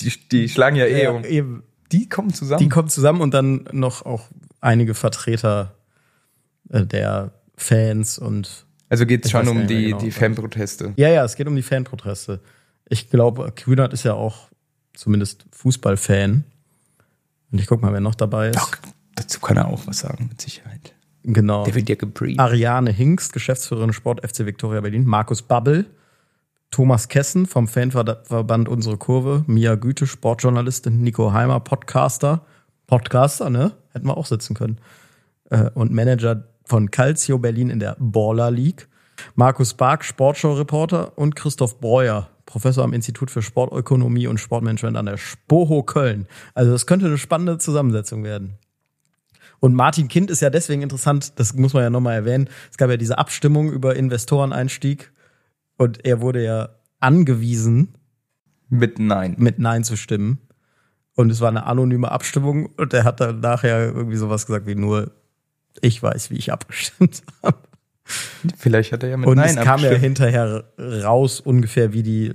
Speaker 2: Die, die schlagen ja
Speaker 1: [LAUGHS]
Speaker 2: eh
Speaker 1: Ja,
Speaker 2: um.
Speaker 1: eben.
Speaker 2: Die kommen zusammen.
Speaker 1: Die kommen zusammen und dann noch auch einige Vertreter äh, der Fans und
Speaker 2: also geht es
Speaker 1: Ich
Speaker 2: schon
Speaker 1: weiß
Speaker 2: um
Speaker 1: gar nicht mehr
Speaker 2: die,
Speaker 1: genau.
Speaker 2: die Fanproteste.
Speaker 1: ja, ja, es geht um die Fanproteste. Ich glaube, Kühnert ist ja auch zumindest Fußballfan. Und ich guck mal, wer noch dabei ist.
Speaker 2: dazu kann er auch was sagen, mit Sicherheit. Ah.
Speaker 1: Genau.
Speaker 2: Der wird ja gebrieft.
Speaker 1: Ariane Hingst, Geschäftsführerin Sport FC Viktoria Berlin, Markus Babbel, Thomas Kessen vom Fanverband Unsere Kurve, Mia Güte, Sportjournalistin, Nico Heimer, Podcaster, Podcaster, ne? Hätten wir auch sitzen können. Äh, Und Manager von Calcio Berlin in der Baller League, Markus Bark, Sportschau-Reporter und Christoph Breuer, Professor am Institut für Sportökonomie und Sportmanagement an der Spoho Köln. Also das könnte eine spannende Zusammensetzung werden. Und Martin Kind ist ja deswegen interessant, das muss man ja nochmal erwähnen. Es gab ja diese Abstimmung über Investoreneinstieg und er wurde ja angewiesen,
Speaker 2: Mit Nein.
Speaker 1: mit Nein zu stimmen. Und es war eine anonyme Abstimmung und er hat dann nachher irgendwie sowas gesagt wie nur, ich weiß, wie ich abgestimmt [LAUGHS] habe.
Speaker 2: Vielleicht hat er ja mit
Speaker 1: Und
Speaker 2: Nein
Speaker 1: es kam ja
Speaker 2: abgestimmt.
Speaker 1: hinterher raus ungefähr, wie die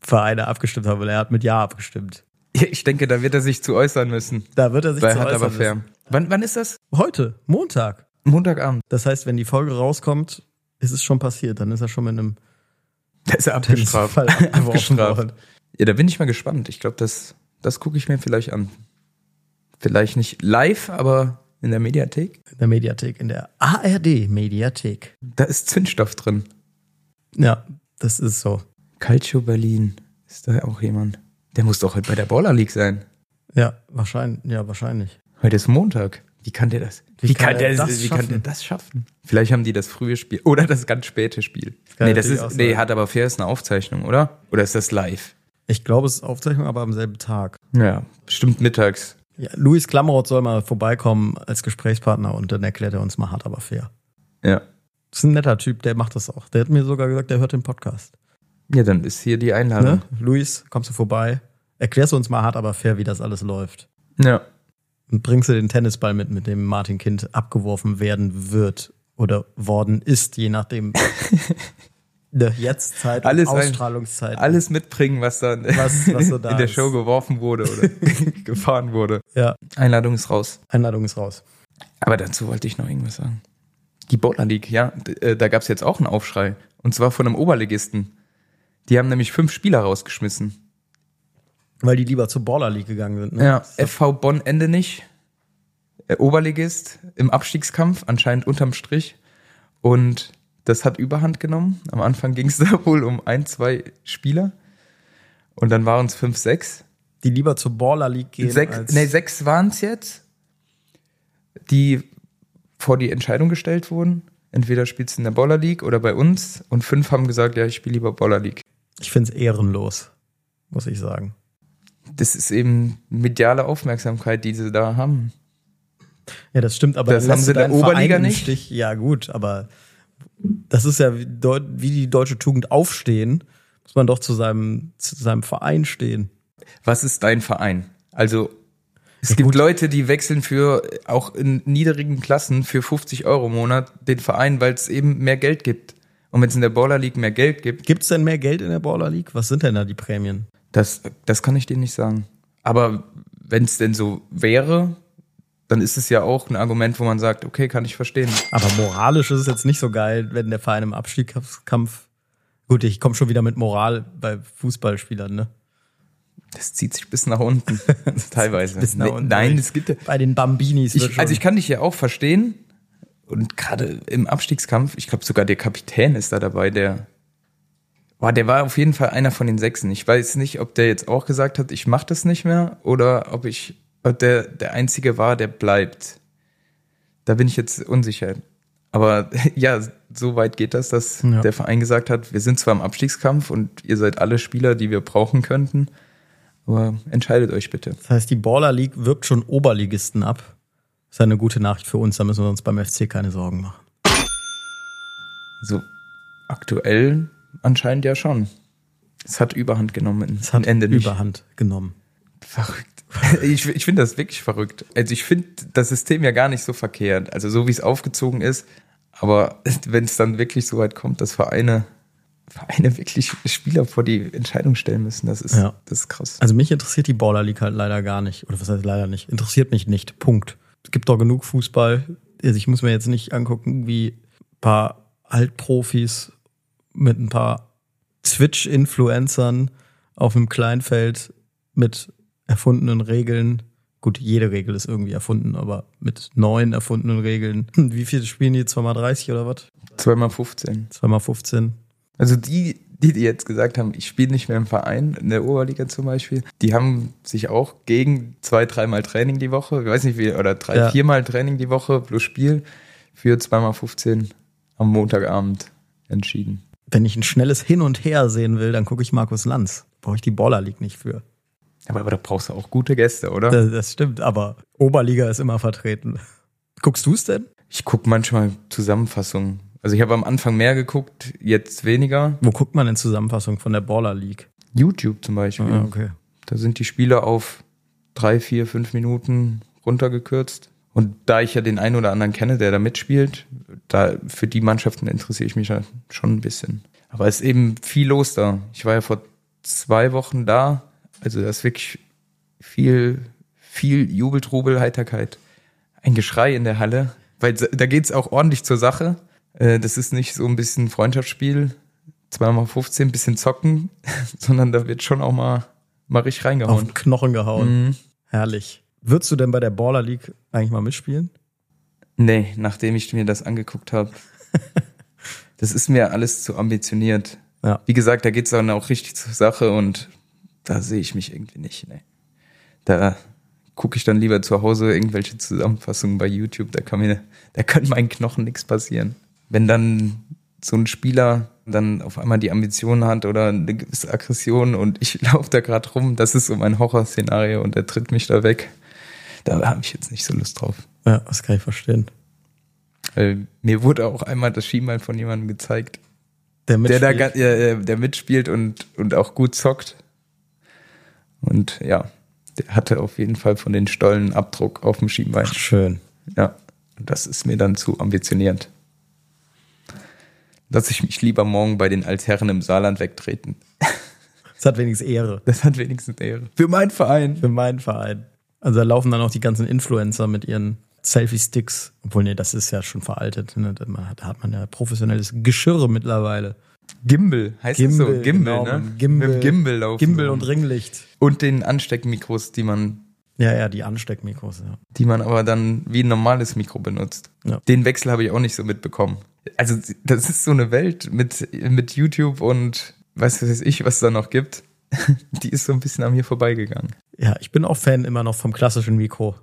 Speaker 1: Vereine abgestimmt haben, weil er hat mit Ja abgestimmt.
Speaker 2: [LAUGHS] Ich denke, da wird er sich zu äußern müssen.
Speaker 1: Da wird er sich
Speaker 2: Bei
Speaker 1: zu
Speaker 2: hat aber
Speaker 1: äußern
Speaker 2: fair.
Speaker 1: müssen.
Speaker 2: Wann, wann ist das?
Speaker 1: Heute, Montag.
Speaker 2: Montagabend.
Speaker 1: Das heißt, wenn die Folge rauskommt, ist es schon passiert. Dann ist er schon mit einem
Speaker 2: Da ist er abgestraft. [LAUGHS]
Speaker 1: [LAUGHS] Tennisball abgeworfen worden.
Speaker 2: abgestraft. Ja, da bin ich mal gespannt. Ich glaube, das, das gucke ich mir vielleicht an. Vielleicht nicht live, aber in der Mediathek.
Speaker 1: In der Mediathek, in der ARD-Mediathek.
Speaker 2: Da ist Zündstoff drin.
Speaker 1: Ja, das ist so.
Speaker 2: Calcio Berlin. Ist da auch jemand? Der muss doch heute bei der Baller League sein.
Speaker 1: Ja, wahrscheinlich. Ja, wahrscheinlich.
Speaker 2: Heute ist Montag. Wie kann der das?
Speaker 1: Wie kann der das
Speaker 2: wie kann
Speaker 1: schaffen?
Speaker 2: der das schaffen? Vielleicht haben die das frühe Spiel oder das ganz späte Spiel.
Speaker 1: kann
Speaker 2: nee, das
Speaker 1: natürlich auch
Speaker 2: ist,
Speaker 1: sein.
Speaker 2: nee, hat aber fair ist eine Aufzeichnung, oder? Oder ist das live?
Speaker 1: Ich glaube, es ist Aufzeichnung, aber am selben Tag.
Speaker 2: Ja, bestimmt mittags.
Speaker 1: Ja, Luis Klamroth soll mal vorbeikommen als Gesprächspartner und dann erklärt er uns mal hart, aber fair.
Speaker 2: Ja.
Speaker 1: Das ist ein netter Typ, der macht das auch. Der hat mir sogar gesagt, der hört den Podcast.
Speaker 2: Ja, dann ist hier die Einladung.
Speaker 1: Ne? Luis, kommst du vorbei? Erklärst du uns mal hart, aber fair, wie das alles läuft.
Speaker 2: Ja.
Speaker 1: Und bringst du den Tennisball mit, mit dem Martin
Speaker 2: [LAUGHS]
Speaker 1: Kind abgeworfen werden wird oder worden ist, je nachdem, Ne, jetzt Zeit,
Speaker 2: Alles ein-
Speaker 1: Ausstrahlungszeit.
Speaker 2: Alles mitbringen, [LAUGHS] was da,
Speaker 1: Was- was so da
Speaker 2: in der
Speaker 1: ist.
Speaker 2: Show geworfen wurde [LAUGHS] oder gefahren wurde.
Speaker 1: Ja,
Speaker 2: Einladung ist raus.
Speaker 1: Einladung ist raus.
Speaker 2: Aber dazu wollte ich noch irgendwas sagen. Die Bowler League, ja, d- äh, da gab es jetzt auch einen Aufschrei. Und zwar von einem Oberligisten. Die haben nämlich fünf Spieler rausgeschmissen.
Speaker 1: Weil die lieber zur Baller League gegangen sind. Ne?
Speaker 2: FV Bonn Ende nicht. Äh, Oberligist im Abstiegskampf, anscheinend unterm Strich. Und das hat Überhand genommen. Am Anfang ging es [LAUGHS] da wohl um ein, zwei Spieler. Und dann waren es fünf, sechs.
Speaker 1: Die lieber zur Baller League gehen.
Speaker 2: Sechs,
Speaker 1: als,
Speaker 2: nee, sechs waren es jetzt, die vor die Entscheidung gestellt wurden. Entweder spielst du in der Baller League oder bei uns. Und fünf haben gesagt, ja, ich spiele lieber Baller League.
Speaker 1: ich finde es ehrenlos, muss ich sagen.
Speaker 2: Das ist eben mediale Aufmerksamkeit, die sie da haben.
Speaker 1: Ja, das stimmt, aber
Speaker 2: Das
Speaker 1: lässt
Speaker 2: haben sie
Speaker 1: du
Speaker 2: in der
Speaker 1: deinen
Speaker 2: Oberliga
Speaker 1: Verein im
Speaker 2: nicht?
Speaker 1: Stich. Ja, gut, aber das ist ja wie, Deu wie die deutsche Tugend aufstehen, muss man doch zu seinem, zu seinem Verein stehen.
Speaker 2: Was ist dein Verein? Also, es
Speaker 1: Ja,
Speaker 2: gibt
Speaker 1: gut.
Speaker 2: Leute, die wechseln für äh, auch in niedrigen Klassen für 50 Euro im Monat den Verein, weil es eben mehr Geld gibt. Und wenn es in der Baller League mehr Geld gibt,
Speaker 1: Gibt es denn mehr Geld in der Baller League? Was sind denn da die Prämien?
Speaker 2: Das, das kann ich dir nicht sagen. Aber wenn es denn so wäre, dann ist es ja auch ein Argument, wo man sagt, okay, kann ich verstehen.
Speaker 1: Aber moralisch ist es jetzt nicht so geil, wenn der Verein im Abstiegskampf. Gut, ich komme schon wieder mit Moral bei Fußballspielern, ne?
Speaker 2: Das zieht sich bis nach [LAUGHS] unten. Teilweise.
Speaker 1: Bis nach
Speaker 2: Nee,
Speaker 1: unten.
Speaker 2: ne- Nein, es gibt.
Speaker 1: Bei den Bambinis. wird
Speaker 2: Ich,
Speaker 1: schon-
Speaker 2: also ich kann dich ja auch verstehen. Und gerade im Abstiegskampf, ich glaube sogar der Kapitän ist da dabei, der. Boah, der war auf jeden Fall einer von den Sechsen. Ich weiß nicht, ob der jetzt auch gesagt hat, ich mache das nicht mehr oder ob ich, ob der der Einzige war, der bleibt. Da bin ich jetzt unsicher. Aber [LAUGHS] ja, so weit geht das, dass
Speaker 1: Ja.
Speaker 2: der Verein gesagt hat, wir sind zwar im Abstiegskampf und ihr seid alle Spieler, die wir brauchen könnten, aber entscheidet euch bitte.
Speaker 1: das heißt, die Baller League wirkt schon Oberligisten ab. Ist ja eine gute Nachricht für uns, da müssen wir uns beim FC keine Sorgen machen.
Speaker 2: So aktuell anscheinend ja schon. Es hat Überhand genommen.
Speaker 1: Das hat
Speaker 2: am Ende nicht.
Speaker 1: Überhand genommen.
Speaker 2: Verrückt. [LAUGHS] Ich, ich finde das wirklich verrückt. Also ich finde das System ja gar nicht so verkehrt. Also so wie es aufgezogen ist. Aber wenn es dann wirklich so weit kommt, dass Vereine, Vereine wirklich Spieler vor die Entscheidung stellen müssen, das ist,
Speaker 1: Ja.
Speaker 2: das ist krass.
Speaker 1: Also mich interessiert die Baller League halt leider gar nicht. Oder was heißt leider nicht? Interessiert mich nicht. Punkt. Es gibt doch genug Fußball. Also ich muss mir jetzt nicht angucken, wie ein paar Altprofis mit ein paar Twitch-Influencern auf einem Kleinfeld mit erfundenen Regeln. Gut, jede Regel ist irgendwie erfunden, aber mit neuen erfundenen Regeln. Hm, Wie viele spielen die? 2x30 oder was?
Speaker 2: Zweimal 15.
Speaker 1: 2x15?
Speaker 2: Also die, die, die jetzt gesagt haben, ich spiele nicht mehr im Verein, in der Oberliga zum Beispiel, die haben sich auch gegen zwei, dreimal Training die Woche, ich weiß nicht wie, oder drei,
Speaker 1: Ja.
Speaker 2: viermal Training die Woche plus Spiel für zweimal 15 am Montagabend entschieden.
Speaker 1: Wenn ich ein schnelles Hin und Her sehen will, dann gucke ich Markus Lanz. Brauche ich die Baller League nicht für.
Speaker 2: Aber, aber da brauchst du auch gute Gäste, oder?
Speaker 1: Das, das stimmt, aber Oberliga ist immer vertreten. Guckst du es denn?
Speaker 2: Ich gucke manchmal Zusammenfassungen. Also ich habe am Anfang mehr geguckt, jetzt weniger.
Speaker 1: Wo guckt man denn Zusammenfassung von der Baller League? Mhm.
Speaker 2: YouTube zum Beispiel.
Speaker 1: Ja, okay.
Speaker 2: Da sind die Spiele auf drei, vier, fünf Minuten runtergekürzt. Und da ich ja den einen oder anderen kenne, der da mitspielt, da für die Mannschaften interessiere ich mich ja schon ein bisschen. Aber es ist eben viel los da. Ich war ja vor zwei Wochen da. Also da ist wirklich viel, viel Jubel, Trubel, Heiterkeit. Ein Geschrei in der Halle. Weil da geht's auch ordentlich zur Sache. Äh, Das ist nicht so ein bisschen Freundschaftsspiel, zweimal 15, bisschen zocken, [LAUGHS] sondern da wird schon auch mal, mal richtig
Speaker 1: Auf
Speaker 2: reingehauen.
Speaker 1: den Knochen gehauen. Herrlich. Mhm. Würdest du denn bei der Baller League eigentlich mal mitspielen?
Speaker 2: Nee, nachdem ich mir das angeguckt [LAUGHS] habe. das ist mir alles zu ambitioniert.
Speaker 1: Ja.
Speaker 2: Wie gesagt, da geht's dann auch richtig zur Sache und da sehe ich mich irgendwie nicht. Nee. Da gucke ich dann lieber zu Hause irgendwelche Zusammenfassungen bei YouTube. Da kann mir, da kann meinen Knochen nichts passieren. Wenn dann so ein Spieler dann auf einmal die Ambition hat oder eine gewisse Aggression und ich [LAUGHS] laufe da gerade rum, das ist so mein Horrorszenario und er tritt mich da weg. Da habe ich jetzt nicht so Lust drauf.
Speaker 1: Ja, das kann ich verstehen.
Speaker 2: Weil mir wurde auch einmal das Schienbein von jemandem gezeigt, der da
Speaker 1: mitspielt.
Speaker 2: ga- äh, äh, der mitspielt und, und auch gut zockt. Und ja, der hatte auf jeden Fall von den Stollen Abdruck auf dem Schienbein.
Speaker 1: Schön.
Speaker 2: Ja, und das ist mir dann zu ambitionierend. dass ich mich lieber morgen bei den Altherren im Saarland wegtreten. [LAUGHS]
Speaker 1: Das hat wenigstens Ehre
Speaker 2: Das hat wenigstens Ehre. Für meinen Verein.
Speaker 1: für meinen Verein. Also da laufen dann auch die ganzen Influencer mit ihren Selfie-Sticks. Obwohl, nee, das ist ja schon veraltet. Ne? Man hat, da hat man ja professionelles Geschirr mittlerweile.
Speaker 2: Gimbal heißt das so? Gimbal,
Speaker 1: genau,
Speaker 2: ne?
Speaker 1: mit Gimbal,
Speaker 2: Mit dem Gimbal laufen.
Speaker 1: Gimbal und Ringlicht.
Speaker 2: und den Ansteckmikros, die man,
Speaker 1: Ja, ja, die Ansteckmikros, ja.
Speaker 2: die man aber dann wie ein normales Mikro benutzt.
Speaker 1: Ja.
Speaker 2: Den Wechsel habe ich auch nicht so mitbekommen. Also das ist so eine Welt mit, mit YouTube und was weiß ich, was es da noch gibt. [LAUGHS] Die ist so ein bisschen an mir vorbeigegangen.
Speaker 1: Ja, ich bin auch Fan immer noch vom klassischen Mikro.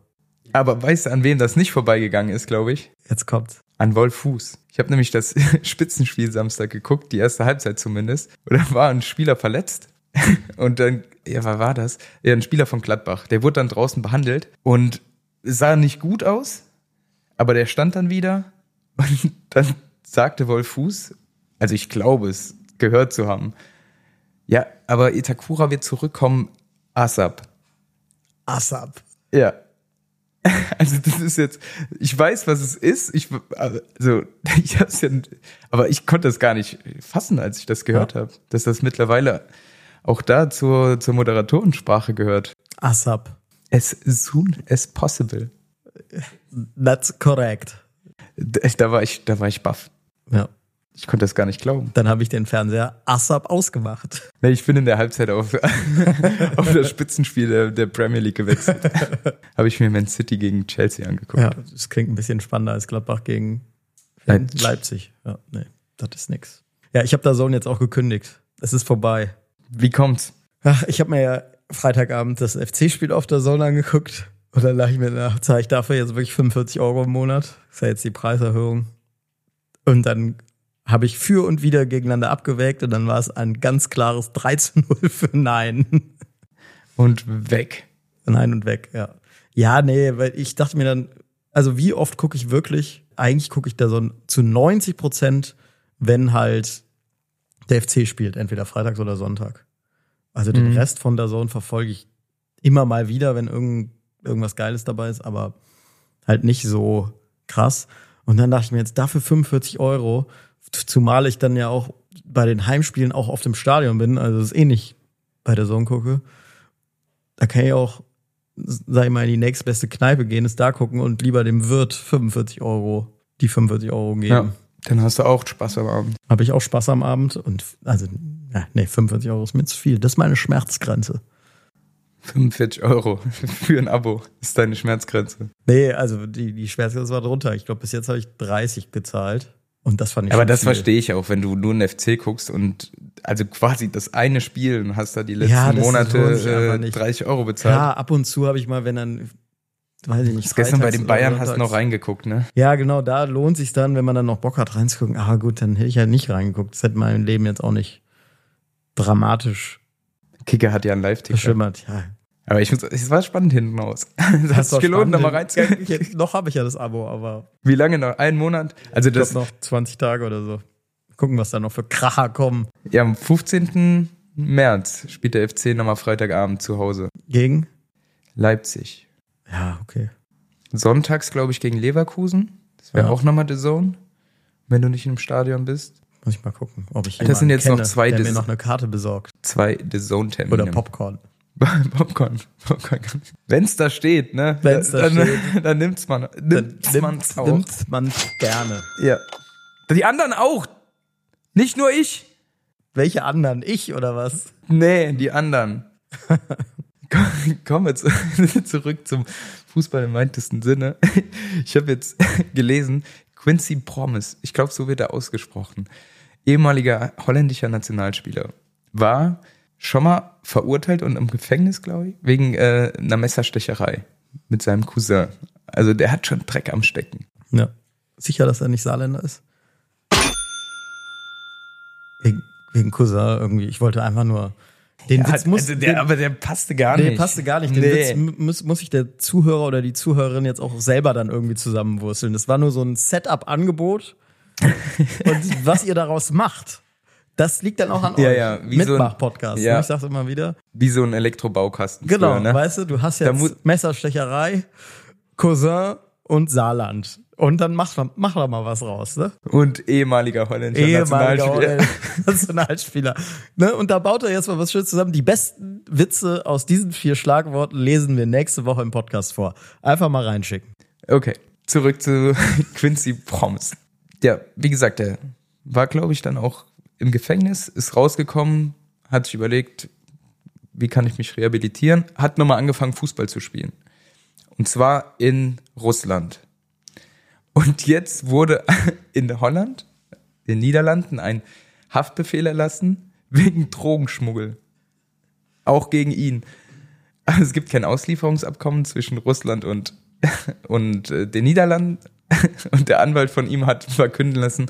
Speaker 2: Aber weißt du, an wem das nicht vorbeigegangen ist, glaube ich?
Speaker 1: Jetzt kommt's.
Speaker 2: An Wolf Fuß. Ich habe nämlich das [LAUGHS] Spitzenspiel Samstag geguckt, die erste Halbzeit zumindest. Und da war ein Spieler verletzt. [LAUGHS] Und dann, ja, wer war das? Ja, ein Spieler von Gladbach. Der wurde dann draußen behandelt und sah nicht gut aus, aber der stand dann wieder. [LAUGHS] Und dann sagte Wolf Fuß, also ich glaube es gehört zu haben. Ja, aber Itakura wird zurückkommen, ASAP.
Speaker 1: ASAP.
Speaker 2: Ja. [LAUGHS] Also das ist jetzt, ich weiß, was es ist. Ich, also [LAUGHS] ich hab's ja, aber ich konnte das gar nicht fassen, als ich das gehört habe, dass das mittlerweile auch da zur, zur Moderatorensprache gehört.
Speaker 1: ASAP.
Speaker 2: As soon as possible.
Speaker 1: That's correct.
Speaker 2: Da äh, da war ich, da war ich baff.
Speaker 1: Ja.
Speaker 2: Ich konnte das gar nicht glauben.
Speaker 1: Dann habe ich den Fernseher ASAP ausgemacht.
Speaker 2: Nee, ich bin in der Halbzeit auf, [LAUGHS] auf das Spitzenspiel der, der Premier League [LAUGHS] gewechselt. habe ich mir Man City gegen Chelsea angeguckt.
Speaker 1: Ja, das klingt ein bisschen spannender als Gladbach gegen Leipzig.
Speaker 2: Leipzig.
Speaker 1: Leipzig. Ja, nee, das ist nix. Ja, ich habe da Sohn jetzt auch gekündigt. Es ist vorbei.
Speaker 2: Wie kommt's?
Speaker 1: Ach, ich habe mir ja Freitagabend das FC-Spiel auf der Sonne angeguckt. Und dann dachte ich mir, na, zahle ich dafür jetzt wirklich 45 Euro im Monat. Ist ja jetzt die Preiserhöhung. Und dann habe ich für und wieder gegeneinander abgewägt und dann war es ein ganz klares 3 zu 0 für Nein.
Speaker 2: Und weg.
Speaker 1: Nein und weg, ja. Ja, nee, weil ich dachte mir dann, also wie oft gucke ich wirklich, eigentlich gucke ich da so zu 90 Prozent, wenn halt der FC spielt, entweder freitags oder Sonntag. Also den
Speaker 2: Mhm.
Speaker 1: Rest von der Zone verfolge ich immer mal wieder, wenn irgend, irgendwas Geiles dabei ist, aber halt nicht so krass. Und dann dachte ich mir jetzt dafür 45 Euro, zumal ich dann ja auch bei den Heimspielen auch auf dem Stadion bin, also es eh nicht bei der Zone gucke, da kann ich auch, sag ich mal, in die nächstbeste Kneipe gehen, es da gucken und lieber dem Wirt 45 Euro, die 45 Euro geben.
Speaker 2: Ja, dann hast du auch Spaß am Abend.
Speaker 1: Habe ich auch Spaß am Abend und also, ja, nee, 45 Euro ist mir zu viel. Das ist meine Schmerzgrenze.
Speaker 2: 45 Euro für ein Abo ist deine Schmerzgrenze.
Speaker 1: Nee, also die, die Schmerzgrenze war drunter. Ich glaube, bis jetzt habe ich 30 gezahlt. Und das fand ich
Speaker 2: Aber
Speaker 1: schon
Speaker 2: das
Speaker 1: viel.
Speaker 2: verstehe ich auch, wenn du nur einen FC guckst und also quasi das eine Spiel und hast da die letzten
Speaker 1: Ja, das
Speaker 2: Monate
Speaker 1: lohnt sich einfach
Speaker 2: äh,
Speaker 1: nicht.
Speaker 2: 30 Euro bezahlt.
Speaker 1: Ja, ab und zu habe ich mal, wenn dann, weiß ich nicht.
Speaker 2: Hast gestern bei
Speaker 1: freitags
Speaker 2: den
Speaker 1: oder
Speaker 2: Bayern hast du noch
Speaker 1: sonntags-
Speaker 2: reingeguckt, ne?
Speaker 1: Ja, genau, da lohnt sich dann, wenn man dann noch Bock hat reinzugucken. Ah, gut, dann hätte ich halt nicht reingeguckt. Das hätte mein Leben jetzt auch nicht dramatisch
Speaker 2: Kicker hat ja einen Live-Ticker.
Speaker 1: verschlimmert. Ja.
Speaker 2: Aber ich muss, es war spannend hinten raus. [LAUGHS] Es hat
Speaker 1: Das
Speaker 2: sich
Speaker 1: war
Speaker 2: gelohnt,
Speaker 1: spannend.
Speaker 2: nochmal reinzugucken.
Speaker 1: Ja, ich- Noch habe ich ja das Abo, aber
Speaker 2: Wie lange noch? Einen Monat? Also
Speaker 1: ich glaube
Speaker 2: das,
Speaker 1: noch 20 Tage oder so. Gucken, was da noch für Kracher kommen.
Speaker 2: ja, am 15. März spielt der FC nochmal Freitagabend zu Hause.
Speaker 1: Gegen?
Speaker 2: Leipzig.
Speaker 1: Ja, okay.
Speaker 2: Sonntags, glaube ich, gegen Leverkusen. Das wäre
Speaker 1: Ja.
Speaker 2: auch nochmal The Zone, wenn du nicht im Stadion bist.
Speaker 1: Muss ich mal gucken, ob ich
Speaker 2: Das sind
Speaker 1: jemanden
Speaker 2: jetzt noch
Speaker 1: kenne,
Speaker 2: zwei
Speaker 1: der
Speaker 2: Dis-
Speaker 1: mir noch eine Karte besorgt.
Speaker 2: Zwei The Zone-Termine.
Speaker 1: Oder Popcorn.
Speaker 2: [LAUGHS] Popcorn. Popcorn. Wenn's da steht, ne?
Speaker 1: Wenn's da
Speaker 2: dann, [LAUGHS] Dann nimmt's man. Nimmt's
Speaker 1: Dann
Speaker 2: man's auch.
Speaker 1: nimmt man gerne.
Speaker 2: Ja. Die anderen auch. Nicht nur ich.
Speaker 1: Welche anderen? Ich oder was?
Speaker 2: Nee,
Speaker 1: [LAUGHS]
Speaker 2: die anderen. Komm- Kommen wir zu, [LAUGHS] zurück zum Fußball im weitesten Sinne. Ich habe jetzt [LAUGHS] gelesen, Quincy Promes, ich glaube, so wird er ausgesprochen, ehemaliger holländischer Nationalspieler, war schon mal verurteilt und im Gefängnis, glaube ich, wegen äh, einer Messerstecherei mit seinem Cousin. Also der hat schon Dreck am Stecken.
Speaker 1: Ja. Sicher, dass er nicht Saarländer ist? Wegen, wegen Cousin irgendwie. Ich wollte einfach nur. Den Witz
Speaker 2: Hat-
Speaker 1: muss.
Speaker 2: also der,
Speaker 1: den,
Speaker 2: aber der passte gar
Speaker 1: nee,
Speaker 2: nicht.
Speaker 1: passte gar nicht. Den
Speaker 2: Nee.
Speaker 1: Witz mu- muss, muss ich der Zuhörer oder die Zuhörerin jetzt auch selber dann irgendwie zusammenwurzeln. Das war nur so ein
Speaker 2: [LAUGHS]
Speaker 1: Setup-Angebot. und was ihr daraus macht, das liegt dann auch an
Speaker 2: Ja,
Speaker 1: euch.
Speaker 2: ja, wie so ein-
Speaker 1: Mitmach-Podcast. ne?
Speaker 2: ja.
Speaker 1: Ich sag's immer wieder.
Speaker 2: Wie so ein Elektrobaukasten.
Speaker 1: Genau,
Speaker 2: früher, ne?
Speaker 1: weißt du, du hast jetzt
Speaker 2: muss-
Speaker 1: Messerstecherei, Cousin und Saarland. Und dann macht er, macht er mal was raus, ne?
Speaker 2: Und ehemaliger holländischer
Speaker 1: Ehemaliger
Speaker 2: Nationalspieler. [LAUGHS]
Speaker 1: Holländer- Nationalspieler. Ne? Und da baut er jetzt mal was Schönes zusammen. Die besten Witze aus diesen vier Schlagworten lesen wir nächste Woche im Podcast vor. Einfach mal reinschicken.
Speaker 2: Okay, zurück zu [LAUGHS] Quincy Promise. Ja, wie gesagt, der war, glaube ich, dann auch im Gefängnis, ist rausgekommen, hat sich überlegt, wie kann ich mich rehabilitieren, hat nochmal angefangen, Fußball zu spielen. Und zwar in Russland. Und jetzt wurde [LAUGHS] in Holland, in den Niederlanden, ein Haftbefehl erlassen wegen Drogenschmuggel. Auch gegen ihn. Also [LAUGHS] es gibt kein Auslieferungsabkommen zwischen Russland und, [LAUGHS] und äh, den Niederlanden. [LAUGHS] Und der Anwalt von ihm hat verkünden lassen,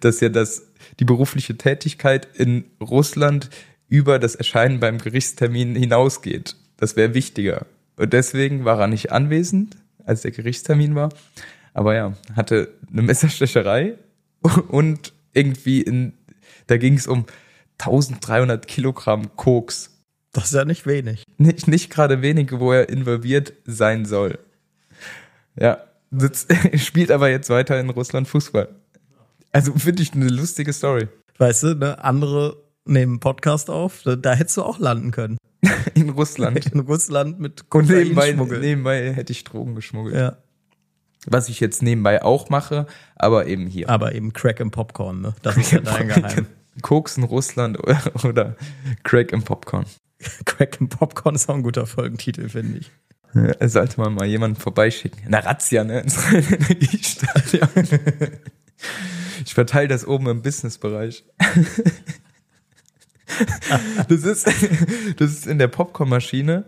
Speaker 2: dass ja das, die berufliche Tätigkeit in Russland über das Erscheinen beim Gerichtstermin hinausgeht. Das wäre wichtiger. Und deswegen war er nicht anwesend, als der Gerichtstermin war. Aber ja, hatte eine Messerstecherei [LAUGHS] und irgendwie in, da ging es um 1300 Kilogramm Koks.
Speaker 1: Das ist ja nicht wenig.
Speaker 2: Nicht, nicht gerade wenige, wo er involviert sein soll. Ja, sitzt, [LAUGHS] spielt aber jetzt weiter in Russland Fußball. Also finde ich eine lustige Story.
Speaker 1: Weißt du, ne? andere nehmen einen Podcast auf. Da, da hättest du auch landen können. [LAUGHS]
Speaker 2: In Russland.
Speaker 1: In Russland mit
Speaker 2: [LAUGHS] Und nebenbei,
Speaker 1: Kokainschmuggel.
Speaker 2: nebenbei hätte ich Drogen geschmuggelt.
Speaker 1: Ja.
Speaker 2: Was ich jetzt nebenbei auch mache, aber eben hier.
Speaker 1: Aber eben Crack im Popcorn, ne? Das ist ja dein Geheim.
Speaker 2: Koks in Russland [LAUGHS] oder Crack im Popcorn.
Speaker 1: Crack im Popcorn ist auch ein guter Folgentitel, finde ich.
Speaker 2: Ja, Sollte man mal jemanden vorbeischicken. Na, Razzia, ne? [LAUGHS] Ins Energiestadion. Ich verteile das oben im Businessbereich. Das ist, das ist in der Popcornmaschine.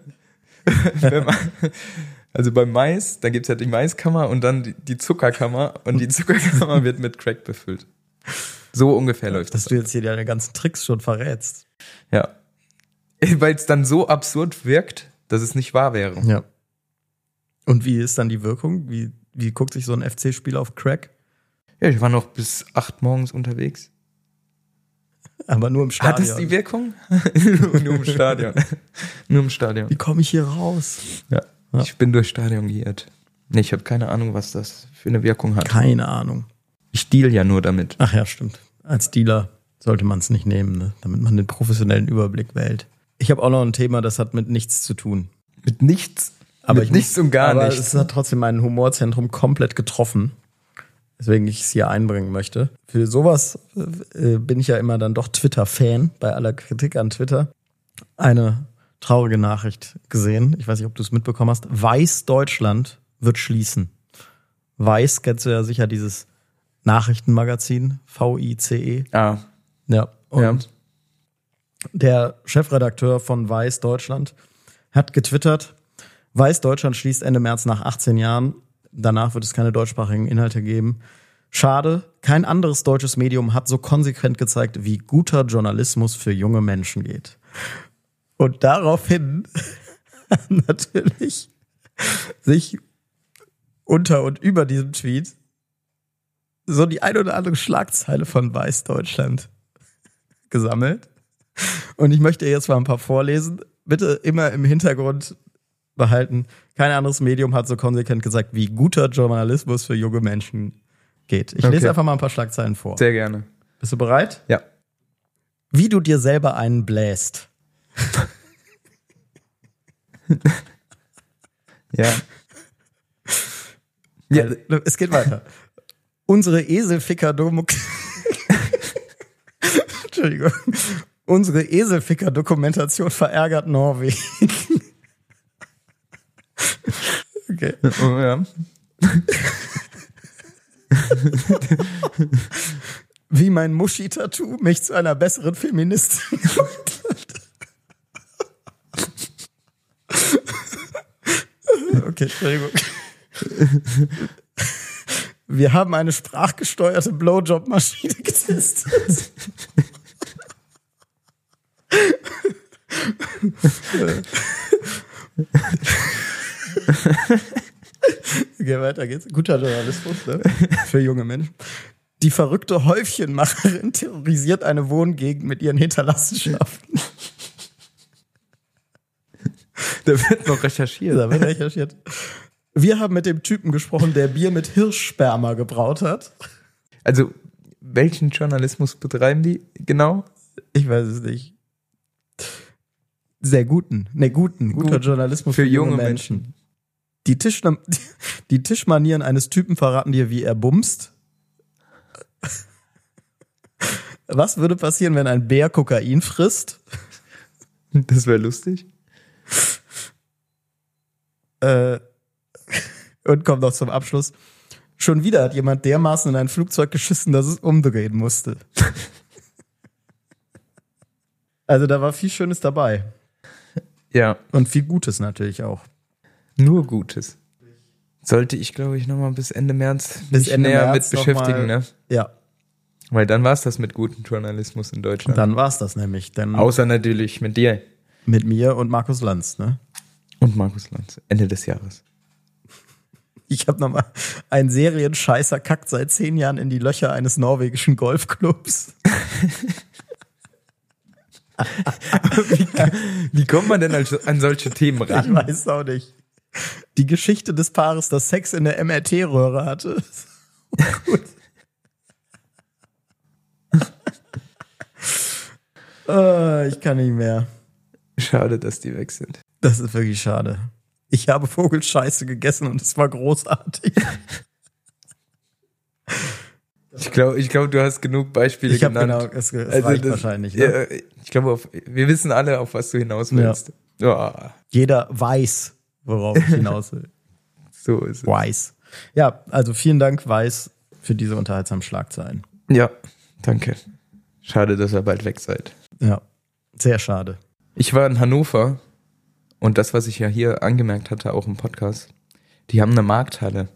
Speaker 2: Wenn man- Also beim Mais, da gibt es ja die Maiskammer und dann die, die Zuckerkammer und die Zuckerkammer wird mit Crack befüllt. So ungefähr läuft
Speaker 1: Dass du jetzt hier deine ganzen Tricks schon verrätst.
Speaker 2: Ja. Weil es dann so absurd wirkt, dass es nicht wahr wäre.
Speaker 1: Ja. Und wie ist dann die Wirkung? Wie, wie guckt sich so ein FC-Spiel auf Crack?
Speaker 2: Ja, ich war noch bis acht morgens unterwegs.
Speaker 1: Aber nur im
Speaker 2: Hat es
Speaker 1: Stadion.
Speaker 2: die Wirkung? [LAUGHS] nur, nur im Stadion. [LAUGHS] nur im Stadion.
Speaker 1: wie komme ich hier raus?
Speaker 2: Ja. Ich bin durchs Stadion geirrt. Nee, ich habe keine Ahnung, was das für eine Wirkung hat.
Speaker 1: Keine Ahnung.
Speaker 2: Ich deal ja nur damit.
Speaker 1: Ach ja, stimmt. Als Dealer sollte man es nicht nehmen, ne? damit man den professionellen Überblick wählt. Ich habe auch noch ein Thema, das hat mit nichts zu tun.
Speaker 2: Mit nichts.
Speaker 1: Aber
Speaker 2: mit
Speaker 1: ich
Speaker 2: nichts
Speaker 1: muss-
Speaker 2: und gar
Speaker 1: aber
Speaker 2: nichts.
Speaker 1: Es hat trotzdem mein Humorzentrum komplett getroffen. Deswegen ich es hier einbringen möchte. Für sowas äh, bin ich ja immer dann doch Twitter-Fan, bei aller Kritik an Twitter. Eine traurige Nachricht gesehen. Ich weiß nicht, ob du es mitbekommen hast. Weiß Deutschland wird schließen. Weiß kennst du ja sicher dieses Nachrichtenmagazin, V-I-C-E.
Speaker 2: Ah,
Speaker 1: Ja. E? Und
Speaker 2: ja.
Speaker 1: der Chefredakteur von Weiß Deutschland hat getwittert, Weiß Deutschland schließt Ende März nach 18 Jahren. Danach wird es keine deutschsprachigen Inhalte geben. Schade, kein anderes deutsches Medium hat so konsequent gezeigt, wie guter Journalismus für junge Menschen geht. Und daraufhin [LAUGHS] haben natürlich sich unter und über diesem Tweet so die ein oder andere Schlagzeile von Weiß Deutschland gesammelt. Und ich möchte jetzt mal ein paar vorlesen. Bitte immer im Hintergrund behalten. Kein anderes Medium hat so konsequent gesagt, wie guter Journalismus für junge Menschen geht. Ich
Speaker 2: Okay.
Speaker 1: lese einfach mal ein paar Schlagzeilen vor.
Speaker 2: Sehr gerne.
Speaker 1: Bist du bereit?
Speaker 2: Ja.
Speaker 1: Wie du dir selber einen bläst.
Speaker 2: Ja. [LAUGHS] ja.
Speaker 1: Also, Es geht weiter. Unsere Eselficker-Doku- Entschuldigung. Unsere Eselficker-Dokumentation verärgert Norwegen. [LAUGHS] Okay.
Speaker 2: Oh, ja.
Speaker 1: Wie mein Muschi-Tattoo mich zu einer besseren Feministin gemacht hat. Okay, Entschuldigung. Wir haben eine sprachgesteuerte Blowjob-Maschine getestet. Okay, weiter geht's. Guter Journalismus, ne? Für junge Menschen. Die verrückte Häufchenmacherin terrorisiert eine Wohngegend mit ihren Hinterlassenschaften.
Speaker 2: Da wird noch recherchiert.
Speaker 1: Da wird recherchiert. Wir haben mit dem Typen gesprochen, der Bier mit Hirschsperma gebraut hat.
Speaker 2: Also, welchen Journalismus betreiben die genau?
Speaker 1: Ich weiß es nicht. Sehr guten, ne guten, guter
Speaker 2: Gut.
Speaker 1: Journalismus
Speaker 2: Für junge Menschen.
Speaker 1: Die, Tischna die Tischmanieren eines Typen verraten dir, wie er bumst. Was würde passieren, wenn ein Bär Kokain frisst?
Speaker 2: Das wäre lustig.
Speaker 1: Äh, [LAUGHS] und kommt noch zum Abschluss. Schon wieder hat jemand dermaßen in ein Flugzeug geschissen, dass es umdrehen musste. [LAUGHS] also da war viel Schönes dabei.
Speaker 2: Ja,
Speaker 1: Und viel Gutes natürlich auch.
Speaker 2: nur Gutes. Sollte ich, glaube ich, nochmal bis Ende März
Speaker 1: Bis
Speaker 2: mich
Speaker 1: Ende
Speaker 2: näher
Speaker 1: März
Speaker 2: mit
Speaker 1: noch mal-
Speaker 2: beschäftigen, ne?
Speaker 1: Ja,
Speaker 2: Weil dann war es das mit gutem Journalismus in Deutschland.
Speaker 1: dann war's das nämlich. Dann
Speaker 2: Außer natürlich mit dir
Speaker 1: mit mir und Markus Lanz, ne?
Speaker 2: und Markus Lanz. Ende des Jahres.
Speaker 1: Ich habe nochmal ein Serienscheißer kackt seit zehn Jahren in die Löcher eines norwegischen Golfclubs.
Speaker 2: Wie kommt man denn als- an solche Themen
Speaker 1: Ich [LAUGHS]
Speaker 2: ran?
Speaker 1: weiß auch nicht. Die Geschichte des Paares, das Sex in der MRT-Röhre hatte. [LAUGHS] Gut. [LAUGHS] äh, ich kann nicht mehr.
Speaker 2: Schade, dass die weg sind.
Speaker 1: Das ist wirklich schade. Ich habe Vogelscheiße gegessen und es war großartig. [LAUGHS]
Speaker 2: Ich glaube, ich glaub, du hast genug Beispiele
Speaker 1: Ich habe
Speaker 2: genannt.
Speaker 1: genau, es, es
Speaker 2: Also
Speaker 1: reicht
Speaker 2: das-
Speaker 1: wahrscheinlich. Ne?
Speaker 2: Ja, ich glaube, auf- wir wissen alle, auf was du hinaus willst. Ja.
Speaker 1: Jeder weiß, worauf ich hinaus will.
Speaker 2: so ist es.
Speaker 1: Weiß. Ja, also vielen Dank, Weiß, für diese unterhaltsamen Schlagzeilen.
Speaker 2: Ja, danke. Schade, dass ihr bald weg seid.
Speaker 1: Ja, sehr schade.
Speaker 2: Ich war in Hannover und das, was ich ja hier angemerkt hatte, auch im Podcast, die haben eine Markthalle.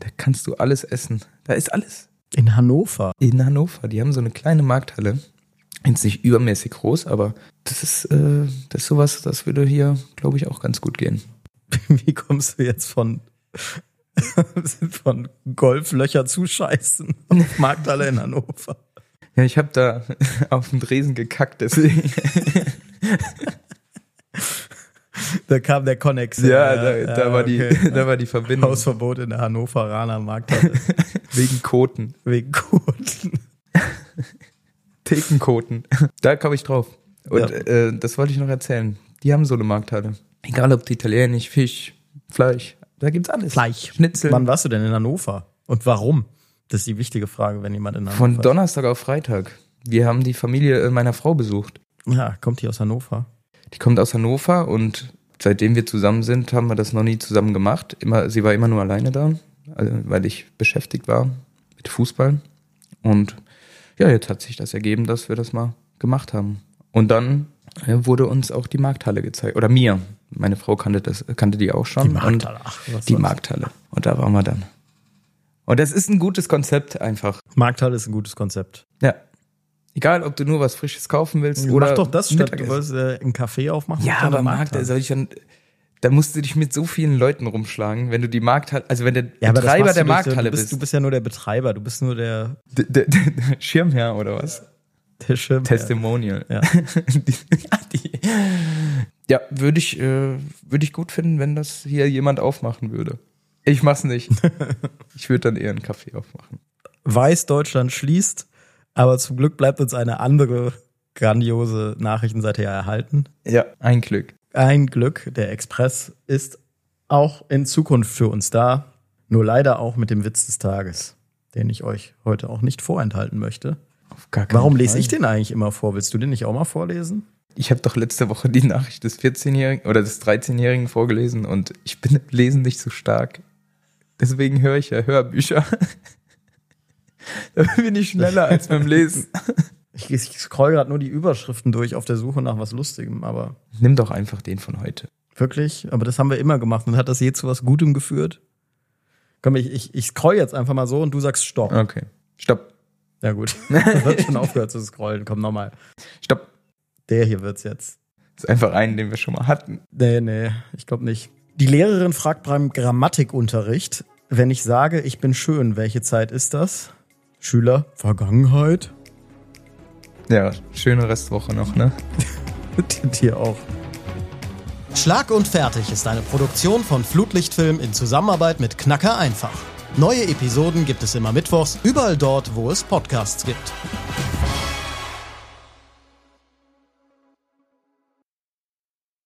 Speaker 2: Da kannst du alles essen. Da ist alles.
Speaker 1: In Hannover.
Speaker 2: In Hannover, die haben so eine kleine Markthalle. Jetzt nicht übermäßig groß, aber das ist, äh, das ist sowas, das würde hier, glaube ich, auch ganz gut gehen.
Speaker 1: [LAUGHS] Wie kommst du jetzt von, [LAUGHS] von Golflöcher zuscheißen auf Markthalle in Hannover?
Speaker 2: Ja, ich habe da [LAUGHS] auf den Dresen gekackt, deswegen.
Speaker 1: Da kam der Connex.
Speaker 2: Ja, [LAUGHS] da, da, war, die,
Speaker 1: okay.
Speaker 2: da war die Verbindung.
Speaker 1: Hausverbot in der Hannoveraner Markthalle
Speaker 2: [LAUGHS] Wegen Koten.
Speaker 1: wegen Koten.
Speaker 2: Thekenkoten. [LAUGHS] Da komme ich drauf. Und
Speaker 1: Ja.
Speaker 2: äh, das wollte ich noch erzählen. Die haben so eine Markthalle. Egal ob die italienisch, Fisch, Fleisch, da gibt's alles.
Speaker 1: Fleisch.
Speaker 2: Schnitzel.
Speaker 1: Wann warst du denn in Hannover? Und warum? Das ist die wichtige Frage, wenn jemand in Hannover
Speaker 2: Von Donnerstag auf Freitag. Wir haben die Familie äh, meiner Frau besucht.
Speaker 1: ist. Ja, kommt die aus Hannover?
Speaker 2: Die kommt aus Hannover und seitdem wir zusammen sind, haben wir das noch nie zusammen gemacht. Immer, sie war immer nur alleine da, also, weil ich beschäftigt war mit Fußball. Und ja, jetzt hat sich das ergeben, dass wir das mal gemacht haben. Und dann äh, wurde uns auch die Markthalle gezeigt. Oder mir. Meine Frau kannte, das, kannte die auch schon.
Speaker 1: Die Markthalle. Ach, was
Speaker 2: Und die
Speaker 1: soll's.
Speaker 2: Markthalle. Und da waren wir dann. Und das ist ein gutes Konzept einfach.
Speaker 1: Markthalle ist ein gutes Konzept.
Speaker 2: Ja. Egal, ob du nur was Frisches kaufen willst oder
Speaker 1: Mach doch das statt, du
Speaker 2: Mittagessen.
Speaker 1: wolltest äh, einen Café aufmachen.
Speaker 2: Ja,
Speaker 1: Mach doch
Speaker 2: aber
Speaker 1: eine
Speaker 2: Markt,
Speaker 1: Markthalle.
Speaker 2: soll ich dann, da musst du dich mit so vielen Leuten rumschlagen, wenn du die Markt also wenn der
Speaker 1: ja, aber das
Speaker 2: Betreiber
Speaker 1: machst
Speaker 2: der
Speaker 1: du nicht so. du
Speaker 2: Markthalle
Speaker 1: bist,
Speaker 2: bist.
Speaker 1: Du bist ja nur der Betreiber, du bist nur der,
Speaker 2: D- d- d- d- Schirmherr oder was?
Speaker 1: der Schirm.
Speaker 2: Testimonial.
Speaker 1: Ja.
Speaker 2: [LAUGHS] die, ja, die, ja würde ich, äh, würde ich gut finden, wenn das hier jemand aufmachen würde. Ich mach's [LAUGHS] nicht. ich würde dann eher einen Kaffee aufmachen.
Speaker 1: Weiß, Deutschland schließt, aber zum Glück bleibt uns eine andere grandiose Nachrichtenseite ja erhalten.
Speaker 2: Ja, ein Glück.
Speaker 1: Ein Glück, der Express ist auch in Zukunft für uns da. Nur leider auch mit dem Witz des Tages, den ich euch heute auch nicht vorenthalten möchte.
Speaker 2: Auf gar keinen
Speaker 1: Warum lese
Speaker 2: Fall.
Speaker 1: ich den eigentlich immer vor? Willst du den nicht auch mal vorlesen?
Speaker 2: Ich habe doch letzte Woche die Nachricht des 14-Jährigen oder des 13-Jährigen vorgelesen und ich bin im Lesen nicht so stark. Deswegen höre ich ja Hörbücher. [LAUGHS] da bin ich schneller als beim Lesen.
Speaker 1: Ich, ich scroll gerade nur die Überschriften durch auf der Suche nach was Lustigem, aber
Speaker 2: Nimm doch einfach den von heute.
Speaker 1: wirklich, aber das haben wir immer gemacht und hat das je zu was Gutem geführt? Komm, ich, ich, ich scroll jetzt einfach mal so und du sagst Stopp.
Speaker 2: Okay. Stopp.
Speaker 1: Ja gut, [LAUGHS] das hat schon aufgehört zu scrollen. Komm nochmal.
Speaker 2: Stopp.
Speaker 1: Der hier wird's jetzt.
Speaker 2: Das ist einfach einen, den wir schon mal hatten.
Speaker 1: Nee, nee, ich glaube nicht. Die Lehrerin fragt beim Grammatikunterricht, wenn ich sage, ich bin schön, welche Zeit ist das? Schüler, Vergangenheit?
Speaker 2: Ja, schöne Restwoche noch, ne?
Speaker 1: Dir auch. Schlag und Fertig ist eine Produktion von Flutlichtfilm in Zusammenarbeit mit Knacker einfach. Neue Episoden gibt es immer mittwochs, überall dort, wo es Podcasts gibt.